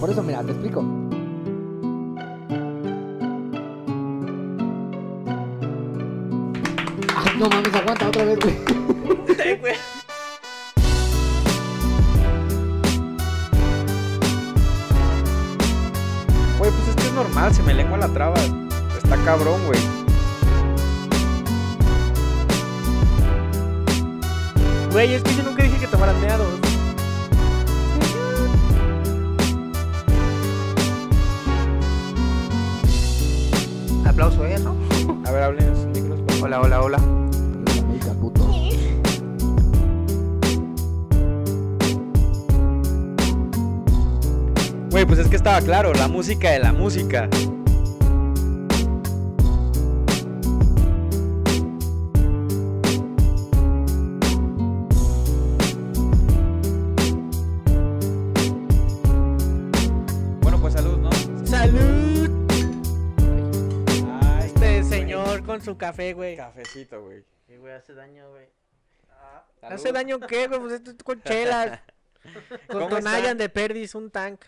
Por eso, mira, te explico. Ay, no mames, aguanta otra vez, güey. Güey, pues es que es normal, se me lengua la traba. Está cabrón, güey. Güey, es que yo nunca dije que tomaran meados. Aplauso, ¿eh? ¿No? A ver, hablen en sus micros. por favor. Hola, hola, hola. América, puto. Güey, pues es que estaba claro, la música de la música. Bueno, pues salud, ¿no? ¡Salud! Ay, Este señor con su café, güey. Cafecito, güey. Sí, güey, hace daño, güey. Salud. ¿Hace daño qué, güey? Pues esto es con chelas. ¿Cómo Con Tonayan están? de Perdis, un tank.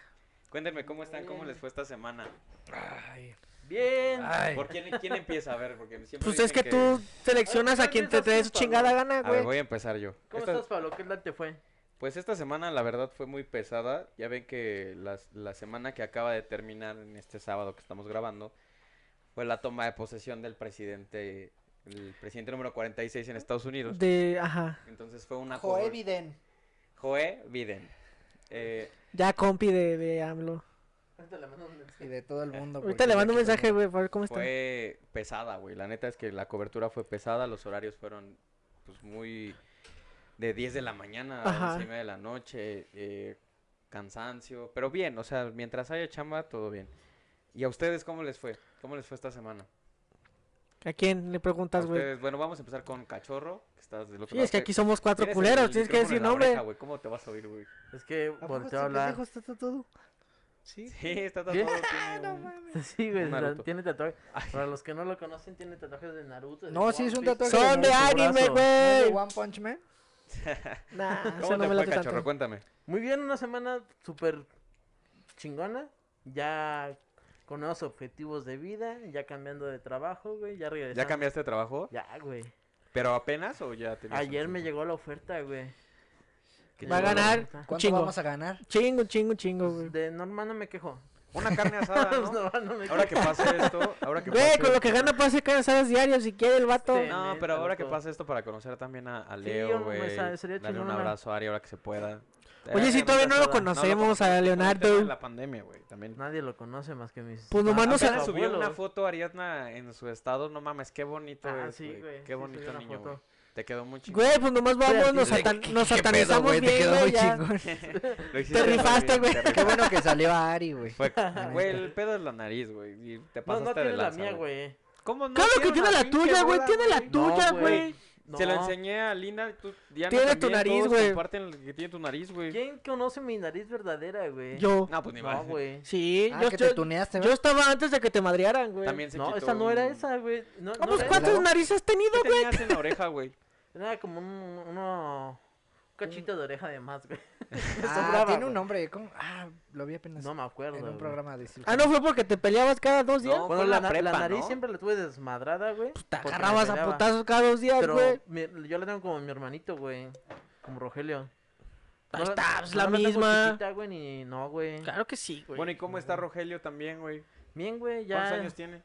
Cuéntenme cómo están, cómo les fue esta semana. Ay. Bien. Ay. ¿Por quién, quién empieza a ver? Porque siempre Pues es dicen que tú seleccionas Ay, a quien te ¿cuál te dé es su la culpa, chingada güey? gana, A ver, güey. voy a empezar yo. ¿Cómo Esta- estás, Pablo? ¿Qué tal te fue? Pues esta semana la verdad fue muy pesada. Ya ven que las- la semana que acaba de terminar en este sábado que estamos grabando fue la toma de posesión del presidente, el presidente número 46 en Estados Unidos. De, ajá. Entonces fue una... Joe cobol- Biden. Joe Biden. Eh, Ya compi de, de AMLO. Ahorita le mando un mensaje. Y de todo el pues mundo. Ahorita le mando un mensaje, güey, para ver cómo está. fue pesada, güey. La neta es que la cobertura fue pesada, los horarios fueron pues muy de 10 de la mañana a Ajá. 11 y media de la noche, eh, cansancio, pero bien, o sea, mientras haya chamba, todo bien. ¿Y a ustedes cómo les fue? ¿Cómo les fue esta semana? ¿A quién le A preguntas, güey? ustedes, bueno, vamos a empezar con Cachorro, que estás del otro Sí, es que Te- aquí somos cuatro tienes el culeros, tienes que micrófono decir en la nombre. oreja, güey, ¿Cómo te vas a oír, güey? Es que volteo a hablar. todo? Sí. Sí, está todo. ¿Sí? tiene un- Sí, güey, Un la- Naruto. tiene tatuajes. Ay. Para los que no lo conocen, tiene tatuajes de Naruto. de No, One sí, es un Piece. tatuaje Son de Su anime, brazo. güey. One Punch Man. Nah, eso ¿Cómo no te me fue, late Cachorro? tanto. Cuéntame. Muy bien, una semana súper chingona. Ya con nuevos objetivos de vida, ya cambiando de trabajo, güey, ya regresando. ¿Ya cambiaste de trabajo? Ya, güey. ¿Pero apenas o ya tenías Ayer un me tiempo? llegó la oferta, güey. Qué Va a chido. ganar ¿Cuánto chingo. vamos a ganar? Chingo, chingo, chingo, güey. De normal no me quejo. Una carne asada, ¿no? Pues normal no me Ahora que quejo. pase esto, ahora que Güey, pase con lo que gana puede hacer cansadas diarias si quiere el vato. Sí. No, Neta, pero ahora que loco. pase esto para conocer también a, a Sí, Leo, yo no me güey. sabe, sería Dale un chingón, abrazo a Ari ahora que se pueda. Oye, si no todavía pasa no lo nada. No lo conocemos a En Leonardo. la pandemia, güey, también. Nadie lo conoce más que mis. Pues nomás Ah, no se- apenas subió una abuelo. foto Ariadna en su estado, no mames, qué bonito Ah, es, sí, Pues, güey. güey, Qué sí, subió bonito una niño, foto. güey. Te quedó muy chingón. Güey, pues nomás Oye, vamos, a ti nos, te- satan- nos ¿Qué pedo, satanizamos güey? bien, Te quedó güey, muy ya. chingón. Lo hiciste muy rifaste, bien, güey. te Qué bueno que salió a Ari, güey. Fue, güey, el pedo es la nariz, güey. Y te No, pasaste no de tiene la lanza, mía, güey. ¿Cómo no? Claro que tiene la pinche tuya, güey, boda, tiene la güey. tuya, No, güey. güey. Se la No. enseñé a Lina, tú, Diana Tiene tu también, nariz, todos güey. comparten el que tiene tu nariz, güey. ¿Quién conoce mi nariz verdadera, güey? Yo. No, pues ni No, más. güey. Sí, Ah, yo, que yo- te tuneaste, yo ¿verdad? estaba antes de que te madrearan, güey. También se No, quitó esa no era un- esa, güey. No, Ah, no pues, era ¿cuántas ¿Lado? narices has tenido, ¿Qué güey? tenías en la oreja, güey? esa. Era como un, uno, un cachito de oreja de más, güey. Me Ah, sobraba, tiene un güey. nombre. ¿cómo? Ah, lo vi apenas No me acuerdo. en un güey. programa de circo. Ah, no, fue porque te peleabas cada dos días. No, Bueno, fue la, en la na- la prepa, nariz ¿no? siempre la tuve desmadrada, güey. Te porque me agarrabas a peleaba. putazos cada dos días, Pero güey. mi- yo la tengo como mi hermanito, güey. Como Rogelio. Ahí No está, pues, la no tengo misma. chiquita, güey, ni no, güey. Claro que sí, güey. Bueno, ¿y cómo está Rogelio también, güey? Bien, güey, ya. ¿Cuántos años tiene?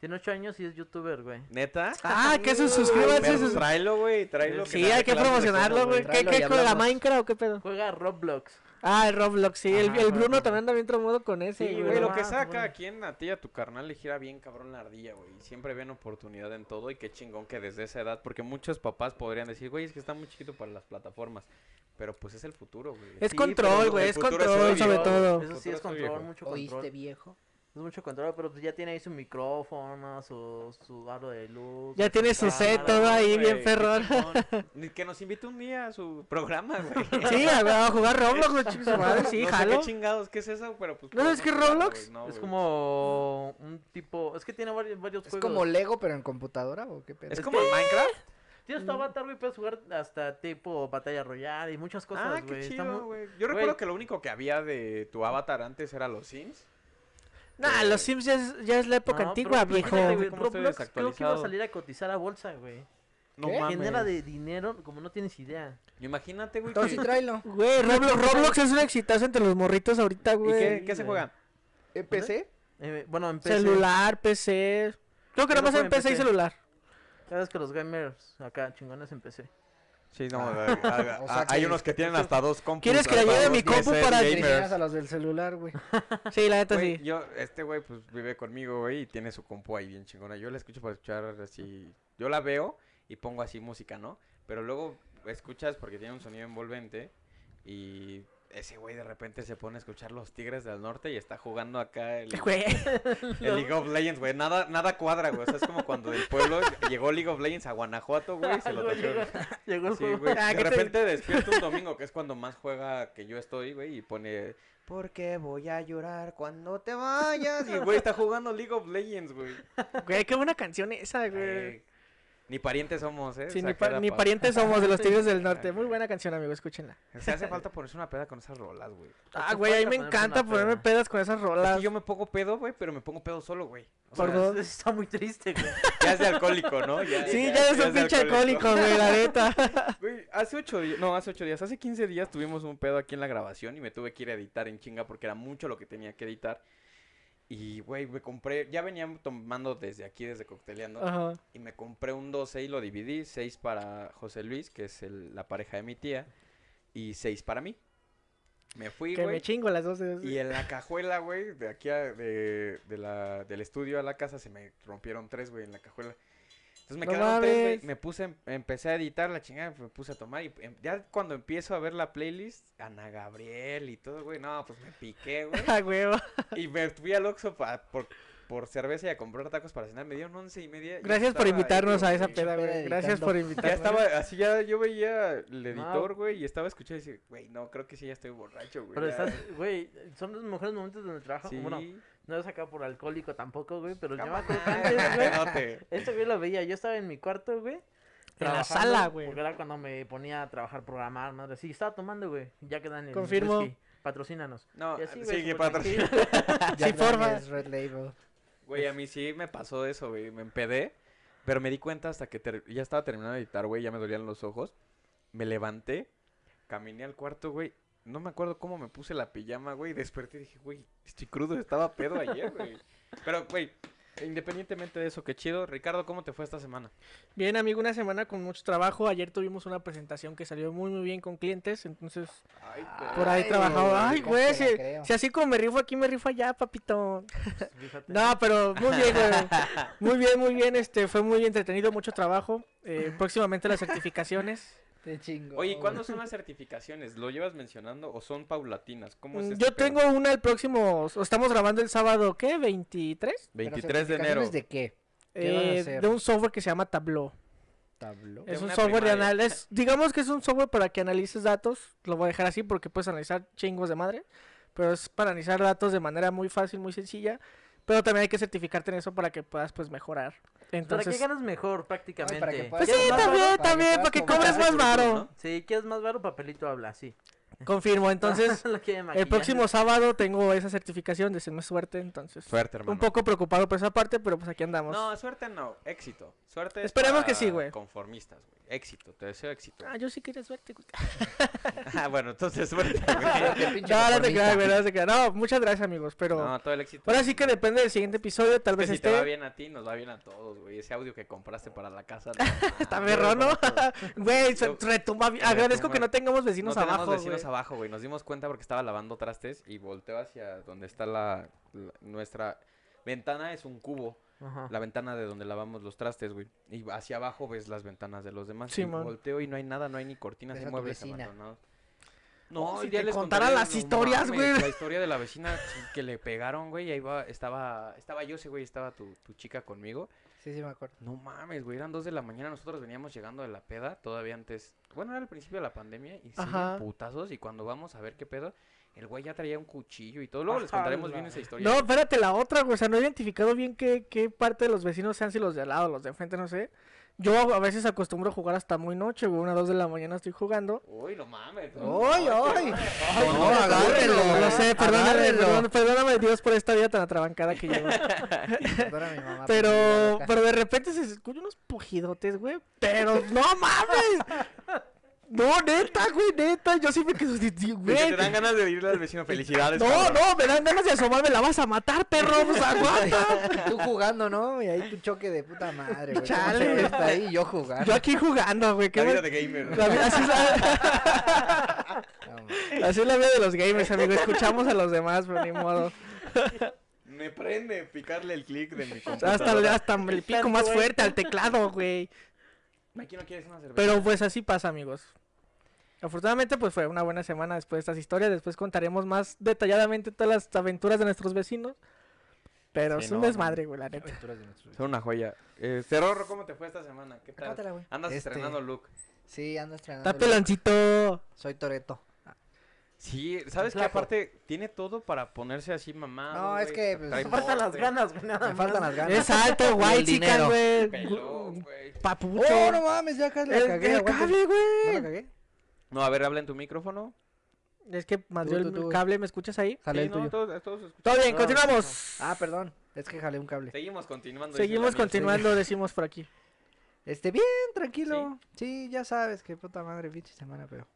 Tiene ocho años y es youtuber, güey. ¿Neta? Ah, que se Pero suscríbanse. sus- Tráelo, güey, tráelo. Sí, nadie hay que clase de promocionarlo, cómo, güey. ¿Qué, Tráelo qué y con la hablamos. Minecraft o qué pedo? Juega Roblox. Ah, el Roblox, sí. el, Ajá, el Bruno Roblox. también anda bien traumado con ese, Sí, güey. Güey, lo Ah, que bueno. saca aquí en a ti y a tu carnal le gira bien cabrón la ardilla, güey. Siempre ven oportunidad en todo y qué chingón que desde esa edad, porque muchos papás podrían decir, güey, es que está muy chiquito para las plataformas. Pero pues es el futuro, güey. Es Sí, control, pero el güey, es futuro control, hoy, sobre ¿no? todo. El Eso futuro sí es hoy, control, viejo. mucho ¿Oíste, control. viejo? Es mucho control, pero pues ya tiene ahí su micrófono, su, su aro de luz. Ya tiene su set cámara, todo ahí, Güey, bien qué ferrón. chingón. Ni Que nos invite un día a su programa, güey. Sí, a a jugar Roblox, güey, chingue su madre, sí, no sé jalo. qué chingados, ¿qué es eso? Pero pues. ¿No sabes qué es claro, Roblox? güey, no, Es güey. como un tipo. Es que tiene varios, varios ¿Es juegos. como Lego, pero en computadora o qué pedo? ¿Es como el Minecraft? Tienes tu avatar, güey, puedes jugar hasta tipo batalla royal y muchas ah, cosas, qué güey. Está chido, muy- güey. Yo recuerdo Güey. que lo único que había de tu avatar antes era los Sims. Nah, Eh, los Sims ya es, ya es la época No, antigua, pero viejo. imagínate, No sé güey, cómo estoy Roblox creo que iba a desactualizado. salir a cotizar a bolsa, güey. No ¿Qué? mames. Genera de dinero, como no tienes idea. Imagínate, güey. Entonces que- sí, tráelo. Güey, Roblox, Roblox es un exitazo entre los morritos ahorita, ¿Y güey. qué, qué se güey. juega? ¿Eh, ¿PC? Eh, bueno, empecé. Celular, PC. Creo que Yo nada no más en juego en PC y PC. celular. Sabes que los gamers acá chingones empecé. Sí, no. a- a- O sea a- hay que- unos que tienen hasta dos compus. ¿Quieres que hasta la lleve dos mi compu PCs para- Te gamers. llegas a los del celular, güey. Sí, la neta Güey, sí. yo, este güey, pues vive conmigo, güey, y tiene su compu ahí bien chingona. Yo la escucho para escuchar así. Yo la veo y pongo así música, ¿no? Pero luego escuchas porque tiene un sonido envolvente. Y ese güey de repente se pone a escuchar los Tigres del Norte y está jugando acá el, Güey, el League of Legends, güey. Nada, nada cuadra, güey. O sea, es como cuando del pueblo llegó League of Legends a Guanajuato, güey, y se lo Algo llegó, trajeron. llegó el Sí, juego. güey. Ah, De ¿qué te- repente despierto un domingo, que es cuando más juega que yo estoy, güey, y pone. Porque voy a llorar cuando te vayas. Y, güey, está jugando League of Legends, güey. güey, qué buena canción esa, güey. Eh, Ni parientes somos, ¿eh? Sí, O sea, ni, ¿qué pa- era ni pa- parientes somos de los Tigres del Norte. Muy buena canción, amigo, escúchenla. Se hace falta ponerse una peda con esas rolas, güey. Es Ah, Hace güey, ahí falta me ponerse encanta una ponerme peda. pedas con esas que rolas. yo me pongo pedo, güey, pero me pongo pedo solo, güey. O sea, Por dos. Está muy triste, güey. ya es de alcohólico, ¿no? Sí, ya eres un de pinche alcohólico, güey, la neta. Güey, hace ocho días, no, hace ocho días, hace 15 días tuvimos un pedo aquí en la grabación y me tuve que ir a editar en chinga porque era mucho lo que tenía que editar. Y, güey, me compré, ya venían tomando desde aquí, desde Cocteleando, Ajá. y me compré un 12 y lo dividí, 6 para José Luis, que es el- la pareja de mi tía, y 6 para mí. Me fui, Que me güey. chingo las dos de Y en la cajuela, güey, de aquí a- de, de la, del estudio a la casa se me rompieron tres, güey, en la cajuela. Entonces me No quedaron tres, güey. mames. Me puse, em- empecé a editar la chingada, me puse a tomar. Y em- ya cuando empiezo a ver la playlist, Ana Gabriel y todo, güey, no, pues me piqué, güey. Ah, huevo. y me fui al Oxxo pa- por, por cerveza y a comprar tacos para cenar. Me dieron once y media. y Gracias por estaba invitarnos ebrio, a esa güey. peda, güey. Editando. Gracias por Ya invitarnos. Ya estaba, así ya yo veía el No. editor, güey, y estaba escuchando y decía, güey, no, creo que sí, ya estoy borracho, güey. Pero ya". estás, güey, son los mejores momentos donde trabajo. Sí. Bueno, no es acá por alcohólico tampoco, güey, pero yo me Cámara, acuerdo que antes, güey. pedote. Esto yo lo veía, yo estaba en mi cuarto, güey. En la trabajando, sala, güey. Porque era cuando me ponía a trabajar, programar, madre. Sí, estaba tomando, güey. Ya quedan en Confirmo. Patrocínanos. No, Y así, güey, sí, que súper patrocina. tranquilo. Ya Sí, porfa. grandes, Red Label. Güey, a mí sí me pasó eso, güey. Me empedé, pero me di cuenta hasta que ter- ya estaba terminando de editar, güey. Ya me dolían los ojos. Me levanté, caminé al cuarto, güey. No me acuerdo cómo me puse la pijama, güey. Desperté y dije, güey, estoy crudo, estaba pedo ayer, güey. Pero, güey, independientemente de eso, qué chido. Ricardo, ¿cómo te fue esta semana? Bien, amigo, una semana con mucho trabajo. Ayer tuvimos una presentación que salió muy, muy bien con clientes. Entonces, Ay, Ah. por ahí Ay, trabajaba. Ay, casi güey, la si, creo. si así como me rifo aquí, me rifo allá, papito. Fíjate. No, pues, pero muy bien, güey. Muy bien, muy bien. Este, fue muy entretenido, mucho trabajo. Eh, próximamente las certificaciones. Te chingo. Oye, ¿y güey. ¿cuándo son las certificaciones? ¿Lo llevas mencionando o son paulatinas? ¿Cómo es Mm, este Yo pedo? tengo una el próximo, o estamos grabando el sábado, ¿qué? ¿23? Pero 23 de enero. certificaciones de qué? ¿Qué van a Eh, hacer? de un software que se llama Tableau. Tablo. De Es un una software de primaria. análisis. Digamos que es un software para que analices datos. Lo voy a dejar así porque puedes analizar chingos de madre. Pero es para analizar datos de manera muy fácil, muy sencilla. Pero también hay que certificarte en eso para que puedas pues mejorar. ¿Para qué Entonces, ganas mejor, prácticamente? Ay, para que pues puedas- sí, ¿Quieres más también, para varo? que también, para puedas que cobrar cobres el más currículum, varo. Sí, ¿quieres más varo? Papelito habla, sí. Confirmo, entonces Lo quiere el maquillar. próximo sábado tengo esa certificación, deseame suerte, entonces. Suerte, hermano. Un poco preocupado por esa parte, pero pues aquí andamos. No, suerte no, éxito. Suerte es Esperemos para que sí, güey. Conformistas, güey. Éxito, te deseo éxito. Ah, yo sí quería suerte. güey. ah, bueno, entonces suerte, güey. No, no te creas, güey, no te creas. No, muchas gracias, amigos, pero... No, todo el éxito. Ahora sí que pues este depende del siguiente episodio, tal Es que vez si esté. te va bien a ti, nos va bien a todos, güey. Ese audio que compraste para la casa. Está perro, ¿no? Güey, se- Yo- retumba. bien. retumba. Agradezco que no tengamos vecinos Nos no abajo. tenemos vecinos güey. abajo, güey. Nos dimos cuenta porque estaba lavando trastes y volteo hacia donde está la, la- nuestra ventana es un cubo, Ajá. la ventana de donde lavamos los trastes, güey. Y hacia abajo ves las ventanas de los demás. Sí, y man. volteo y no hay nada, no hay ni cortinas, Ves ni a tu muebles vecina. abandonados. No, si ya te les contara contaré, las historias, mames, güey. La historia de la vecina que le pegaron, güey, y ahí va, estaba, estaba yo, ese güey, estaba tu, tu chica conmigo. Sí, sí, me acuerdo. No mames, güey, eran dos de la mañana, nosotros veníamos llegando de la peda, todavía antes, bueno, era al principio de la pandemia, y siguen Ajá. putazos, y cuando vamos a ver qué pedo, El güey ya traía un cuchillo y todo. Luego les contaremos bien Ajala. esa historia. No, espérate, la otra, güey. O sea, no he identificado bien qué, qué parte de los vecinos sean, si los de al lado, los de enfrente, no sé. Yo a veces acostumbro a jugar hasta muy noche, güey. Una, dos de la mañana estoy jugando. Uy, no mames. ¡Ay, ay! No, no, agárrenlo, agárrenlo. No sé, perdóname, agárrenlo. perdón- perdóname Dios por esta vida tan atrabancada que Ah, llevo. pues, Perdona a mi mamá, Pero, mi boca. pero de repente se escuchan unos pujidotes, güey. Pero no mames. No, neta, güey, neta. Yo sí me quedo así, sí, Desde güey. Te dan ganas de decirle al vecino felicidades. No, cabrón. no, me dan ganas de asomarme. La vas a matar, perro. Pues aguanta. Tú jugando, ¿no? Y ahí tu choque de puta madre, güey. Chale. Chale. Está ahí y yo jugando. Yo aquí jugando, güey. qué La vida mal- de gamer. La vi- así, es la... No, mames. así es la vida de los gamers, amigo. Escuchamos a los demás, pero ni modo. Me prende picarle el clic de mi Hasta, computadora. hasta el pico más fuerte al teclado, güey. Aquí no quieres una cerveza. Pero pues así pasa, amigos. Afortunadamente, pues fue una buena semana después de estas historias. Después contaremos más detalladamente todas las aventuras de nuestros vecinos. Pero Sí, es un no, desmadre, güey, la neta. Aventuras de nuestro- Son una joya. Eh, Cerrorro, ¿cómo te fue esta semana? ¿Qué tal? Acábatela, güey. Andas Este, estrenando look. Sí, ando estrenando. Está peloncito. Soy Toreto. Sí, ¿sabes qué? Flaco. Aparte, tiene todo para ponerse así mamá. No, es que, pues, Me faltan las ganas, güey, nada Me faltan más. las ganas. Es alto, guay, el chica, dinero. güey. Pelón, güey. Papucho. ¡Oh, no mames! Ya casi la el cagué. el aguanta. cable, ¿No la güey. cagué? No, a ver, habla en tu micrófono. es que mandó Tú, el tú, tú. cable, ¿me escuchas ahí? Jalé Sí, el no, tuyo. todos- todos escuchan. Todo bien, No, continuamos. Ah, perdón. Es que jalé un cable. Seguimos continuando. dice Seguimos Daniel. continuando, decimos por aquí. Este, bien, tranquilo. Sí, ya sabes que puta madre, pinche semana, pero.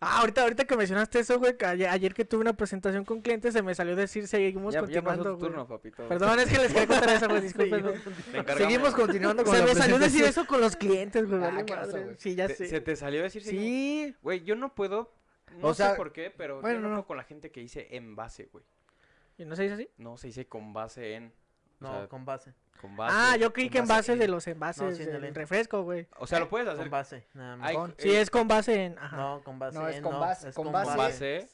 Ah, ahorita, ahorita que mencionaste eso, güey, que ayer, ayer que tuve una presentación con clientes, se me salió decir seguimos Ya, ya pasó continuando, tu güey. turno, papito. Perdón, es que les quería contar eso, güey, disculpen. güey. Te encargamos. Seguimos continuando con Se la me salió decir presentación. eso con los clientes, güey. Ah, vale qué madre. oso, güey. Sí, ya Te- sé. Se te salió decir seguimos. Sí. Güey, yo no puedo. No O sé sea, por qué, pero bueno, yo no no. puedo con la gente que dice en base, güey. ¿Y no se dice así? No, se dice con base en. O No, sea, con base. con base. Ah, yo eh, creí con que en base base de en- los envases No, sí, en el del en- refresco, güey. O sea, lo puedes hacer. Con base, nada más. Ay, Con- Sí, eh, es con base en... Ajá. No, con base. No, es eh, con base, es con con base. con base.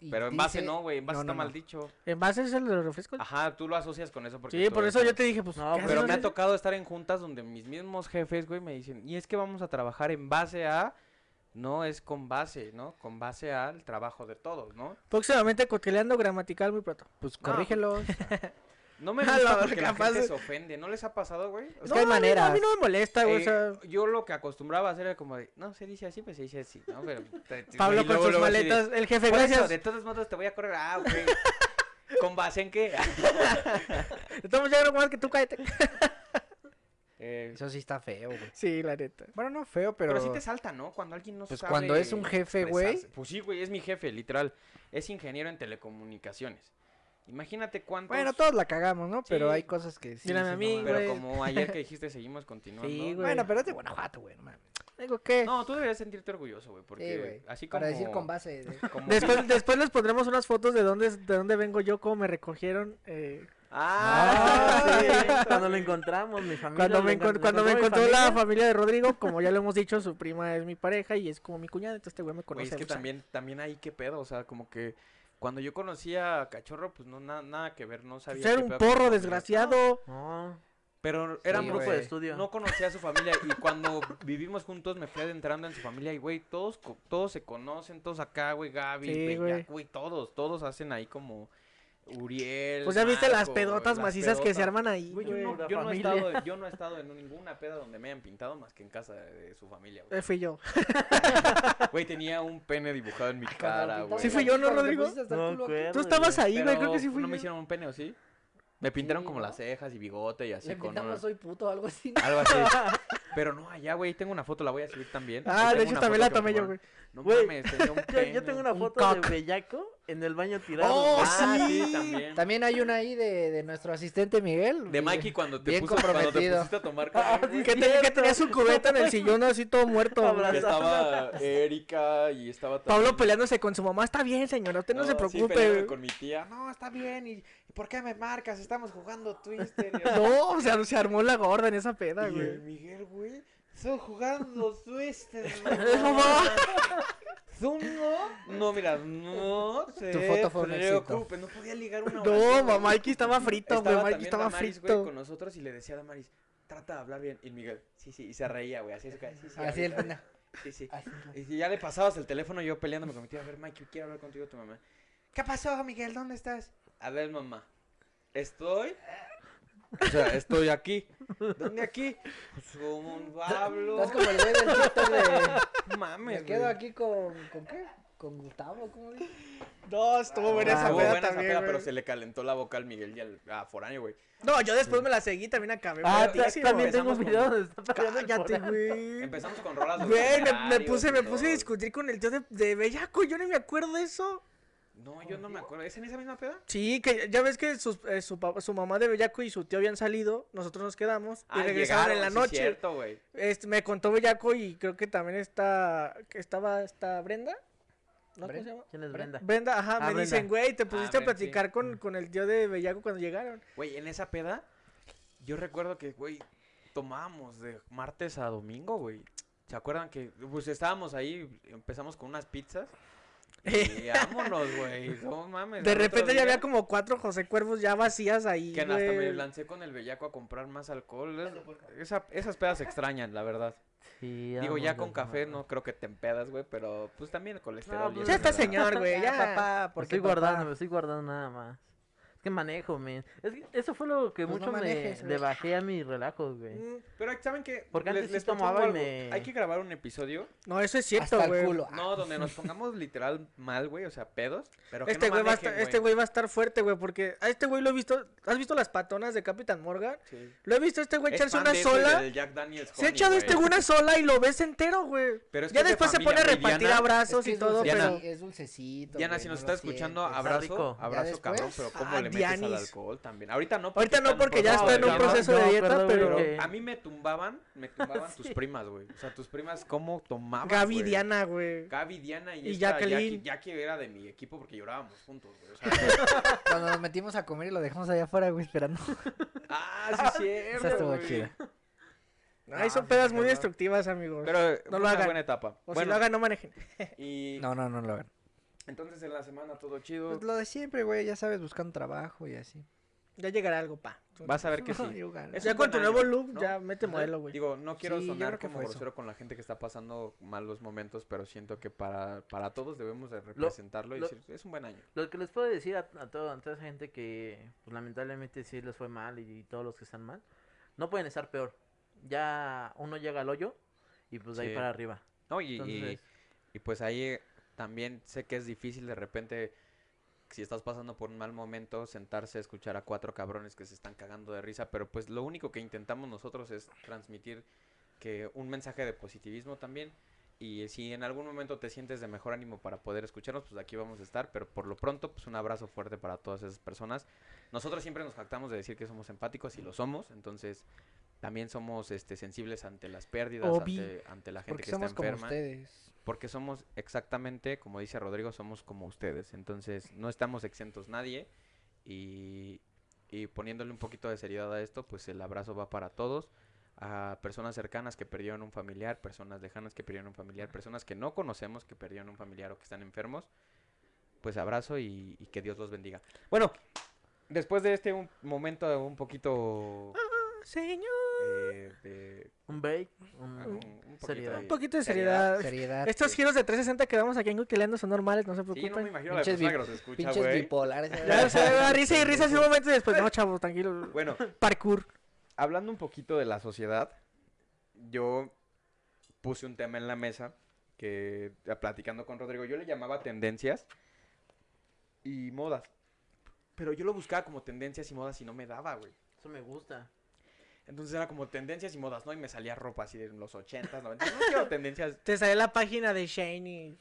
Y Pero en base dice- no, güey. En base no, está no, mal no. dicho. ¿En base es el de los refrescos? Ajá, tú lo asocias con eso Ah, porque. sí, por todo eso está- yo te dije, pues... No, ¿qué haces Pero con me ha eso? tocado estar en juntas donde mis mismos jefes, güey, me dicen, y es que vamos a trabajar en base a. No es con base, ¿no? Con base al trabajo de todos, ¿no? Próximamente coteleando gramatical muy pronto. Pues No. corrígelo. No me A la gusta verga, porque la capaz gente de- se ofende. ¿No les ha pasado, güey? O Es No, que hay a mí no- maneras. A mí no me molesta, güey. o Eh, sea, yo lo que acostumbraba a hacer era como de, no, se dice así, pues se dice así, ¿no? Pero te- te- y Pablo con luego, sus luego así de, maletas. El jefe, "Por eso, gracias. de todos modos te voy a correr. Ah, güey. ¿Con base en qué? Estamos ya más que tú, cállate. Eh, Eso sí está feo, güey. Sí, la neta. Bueno, no feo, pero... pero. sí te salta, ¿no? Cuando alguien no Pues sabe cuando es un jefe, güey. expresarse. Pues sí, güey, es mi jefe, literal. Es ingeniero en telecomunicaciones. Imagínate cuántos... Bueno, todos la cagamos, ¿no? Pero Sí. hay cosas que sí. Mírame dices, a no mí, mames. Pero güey. como ayer que dijiste, seguimos continuando. Sí, güey. Bueno, pero es de Guanajuato, güey. No mames. Digo, ¿qué? No, tú deberías sentirte orgulloso, güey, porque Sí, güey. así como... Para decir con base. de- como- Después, después les pondremos unas fotos de dónde, de dónde vengo yo, cómo me recogieron. eh, Ah, sí, cierto, Cuando lo güey. encontramos, mi familia. cuando lo me, encon- encon- lo cuando me encontró encontró mi la familia. familia de Rodrigo, como ya lo hemos dicho, su prima es mi pareja y es como mi cuñada, entonces este güey me Güey, conoce. es que o sea, también, también ahí qué pedo, o sea, como que cuando yo conocía a Cachorro, pues no na- nada que ver, no sabía. ser qué Pues un pedo con su porro familia. desgraciado. No, Pero era era un Sí, pro- grupo de güey. estudio. No conocía a su familia y cuando vivimos juntos me fui adentrando en su familia y, güey, todos, co- todos se conocen, todos acá, güey, Gaby, Sí, Peña, güey. güey, todos, todos hacen ahí como Uriel. Pues ya viste las Marco, güey, pedotas las macizas que se pedotas. arman ahí. Güey, yo, güey. no, La yo no he familia. estado, yo no he estado en ninguna peda donde me hayan pintado más que en casa de, de su familia, güey. Eh, fui yo. Güey, tenía un pene dibujado en mi Ah, Cuando cara, pintaste güey. Sí fui yo, aquí, ¿no, cuando te Rodrigo? pusiste hasta el No culo aquí. acuerdo. Tú estabas ahí, güey, creo que sí Pero fui No me yo. hicieron un pene, ¿o sí? Me pintaron como ¿no? las cejas y bigote y así Le con una- pintamos soy puto o algo así. algo así. Pero no, allá, güey, tengo una foto, la voy a subir también. Ah, Ahí de tengo hecho una también foto la que tomé me yo, güey. tomaron. No Güey, mames, tenía un Yo, pene. yo tengo una Un foto de cock. Bellaco en el baño tirado. ¡Oh, güey. Ah, sí, sí. también. También hay una ahí de, de nuestro asistente Miguel. De Mikey cuando te Bien puso, cuando te comprometido. pusiste a tomar con él, güey, Que, tenía- que tenía su cubeta en el sillón así todo muerto. güey. que Abrazado. estaba Erika y estaba Pablo también- peleándose con su mamá. Está bien, señora, usted no, se sí, preocupe. peleándome con mi tía. No, está bien. ¿Y y por qué me marcas? Estamos jugando Twister. y- No, o sea, se armó la gorda en esa peda, Y el güey. Miguel, güey, son jugando Twister. Es mamá. ¿Zoom no? No, mira, no se Tu foto fue un éxito. preocupe, no podía ligar una No, mamá, Mikey estaba frito, güey. Mikey también estaba Damaris, güey, frito. con nosotros y le decía a Damaris, trata de hablar bien. Y el Miguel, sí, sí, y se reía, güey, así es que, sí, sí. Así el ahorita, Sí, sí. Así es la- Y si ya le pasabas el teléfono, yo peleándome con mi tía. A ver, Mike, quiero hablar contigo, tu mamá. ¿Qué pasó, Miguel? ¿Dónde estás? A ver, mamá. Estoy. O sea, estoy aquí. ¿Dónde aquí? Pues como un Pablo. Estás como el güey del chiste de. Mames, Me quedo güey. aquí con. ¿Con qué? Con Gustavo, ¿cómo dice? No, estuvo buena Ah, esa estuvo peda buena esa también. peda, güey. pero se le calentó la boca al Miguel y al a Foráneo, güey. No, yo después me la seguí, también acabé. Ah, pero ta- sí, también güey. tengo un empezamos video donde está peleando el Cállate, Foráneo. güey. Empezamos con rolas. de Güey, me- me, originarios puse, y me puse a todo. discutir con el tío de, de Bellaco, yo ni me acuerdo de eso. No, yo no me acuerdo. ¿Es en esa misma peda? Sí, que ya ves que sus- eh, su, pa- su mamá de Bellaco y su tío habían salido, nosotros nos quedamos y Ah, regresaron en llegaron, la sí, noche. cierto, güey. Este, me contó Bellaco y creo que también está, que estaba esta Brenda. ¿No? ¿Cómo Brenda. se llama? ¿Quién es Brenda? Brenda, ajá, Ah, me Brenda. dicen, güey, te pusiste a Brenda, sí. platicar con, con el tío de Bellaco cuando llegaron. Güey, en esa peda, yo recuerdo que, güey, tomábamos de martes a domingo, güey. ¿Se acuerdan que, pues, estábamos ahí, empezamos con unas pizzas? Y vámonos, güey, no mames. Eh, De al otro repente ya día, había como cuatro José Cuervos ya vacías ahí. Que hasta me güey. lancé con el bellaco a comprar más alcohol. Es- esa- esas pedas se extrañan, la verdad. Sí, Digo, ya vamos, con café vamos. no creo que te empedas, güey, pero pues también el colesterol. y esas pues, Ya está mamadas. señor, güey, ya. papá, Me porque estoy guardando, me papá. estoy guardando nada más. Es que manejo, men. Es que eso fue lo que Pues no mucho manejes, me güey. le bajé a mi relajo, güey. Mm, Pero ¿saben qué? Porque Les- antes sí les propongo tomaba y algo. me- Hay que grabar un episodio No, eso es cierto, Hasta güey. el culo. Ah, No, donde nos pongamos literal mal, güey, o sea, pedos. Pero que Este no güey va a manejen, estar, este güey va a estar fuerte, güey, porque a este güey lo he visto, ¿has visto las patonas de Capitán Morgan? Sí. Lo he visto a este güey Es echarse fan una de ese, sola. del Jack Daniel's Se ha Honey, echado güey. este güey una sola y lo ves entero, güey. Pero es que Ya es de después se pone familia, a güey, repartir Diana- abrazos y todo, dulce, pero. Es dulcecito. Diana, güey, si no nos lo está escuchando, sientes. Está abrazo, rico. Ya abrazo después, cabrón, pero ¿cómo ah, le metes al Dianis. alcohol también? Ahorita no, Ahorita no, están porque ya procesados, está en un no, cabrón, proceso yo de me dieta, acuerdo, pero. güey. Pero a mí me tumbaban, me tumbaban tus Sí. primas, güey. O sea, tus primas, ¿cómo tomaban? Gaby güey? Diana, güey. Gaby, Diana y, Y esta Jacqueline. Jackie, Jackie era de mi equipo porque llorábamos juntos, güey. O sea, Cuando nos metimos a comer y lo dejamos allá afuera, güey, esperando. ah, sí es Esa cierto, estuvo güey. chida. Ay, son sí, pedas sí, muy no. destructivas, amigos. Pero eh, No lo una hagan. buena etapa. o si Bueno, lo hagan, no manejen. y No, no, no lo hagan. entonces en la semana todo chido. Pues lo de siempre, güey, ya sabes, buscando trabajo y así. Ya llegará algo, pa. Vas a ver que sí. Ay, ojalá. Es ya un buen con tu nuevo año, look, ¿no? ya mete modelo, güey. Digo, no quiero Sí, yo sonar creo que como fue eso. grosero con la gente que está pasando malos momentos, pero siento que para, para todos debemos de Lo- representarlo y lo- decir, es un buen año. Lo que les puedo decir a, a todo- a toda esa gente que pues, lamentablemente sí les fue mal y, todos los que están mal, no pueden estar peor. Ya uno llega al hoyo y pues de Sí. ahí para arriba. No, y, y- Entonces, y pues ahí eh, también sé que es difícil de repente, si estás pasando por un mal momento, sentarse a escuchar a cuatro cabrones que se están cagando de risa, pero pues lo único que intentamos nosotros es transmitir que un mensaje de positivismo también. Y eh, si en algún momento te sientes de mejor ánimo para poder escucharnos, pues aquí vamos a estar. Pero por lo pronto, pues un abrazo fuerte para todas esas personas. Nosotros siempre nos jactamos de decir que somos empáticos y lo somos. Entonces, también somos este, sensibles ante las pérdidas, Obi. ante, ante la gente Porque que está somos como enferma. ustedes. Porque somos exactamente, como dice Rodrigo, somos como ustedes. Entonces, no estamos exentos nadie. Y, y poniéndole un poquito de seriedad a esto, pues el abrazo va para todos. A personas cercanas que perdieron un familiar, personas lejanas que perdieron un familiar, personas que no conocemos que perdieron un familiar o que están enfermos. Pues abrazo y, y que Dios los bendiga. Bueno, después de este un momento un poquito... Señor. eh, de- un break, ah, un- Mm. un- un poquito seriedad. Un poquito de seriedad. Seriedad. Estos giros de 360 que damos aquí en Coquileando son normales, no se Sí, preocupen. no me imagino la Pinches persona bi- que nos escucha, Pinches güey. bipolares. Ya se da risa y risa hace un momento y después, no, chavos, tranquilo. Bueno, Parkour. hablando un poquito de la sociedad, yo puse un tema en la mesa que, ya platicando con Rodrigo, yo le llamaba tendencias y modas. Pero yo lo buscaba como tendencias y modas y no me daba, güey. Eso me gusta. Entonces era como tendencias y modas, ¿no? Y me salía ropa así de los 80s, 90 No quiero tendencias. Te sale la página de Shane y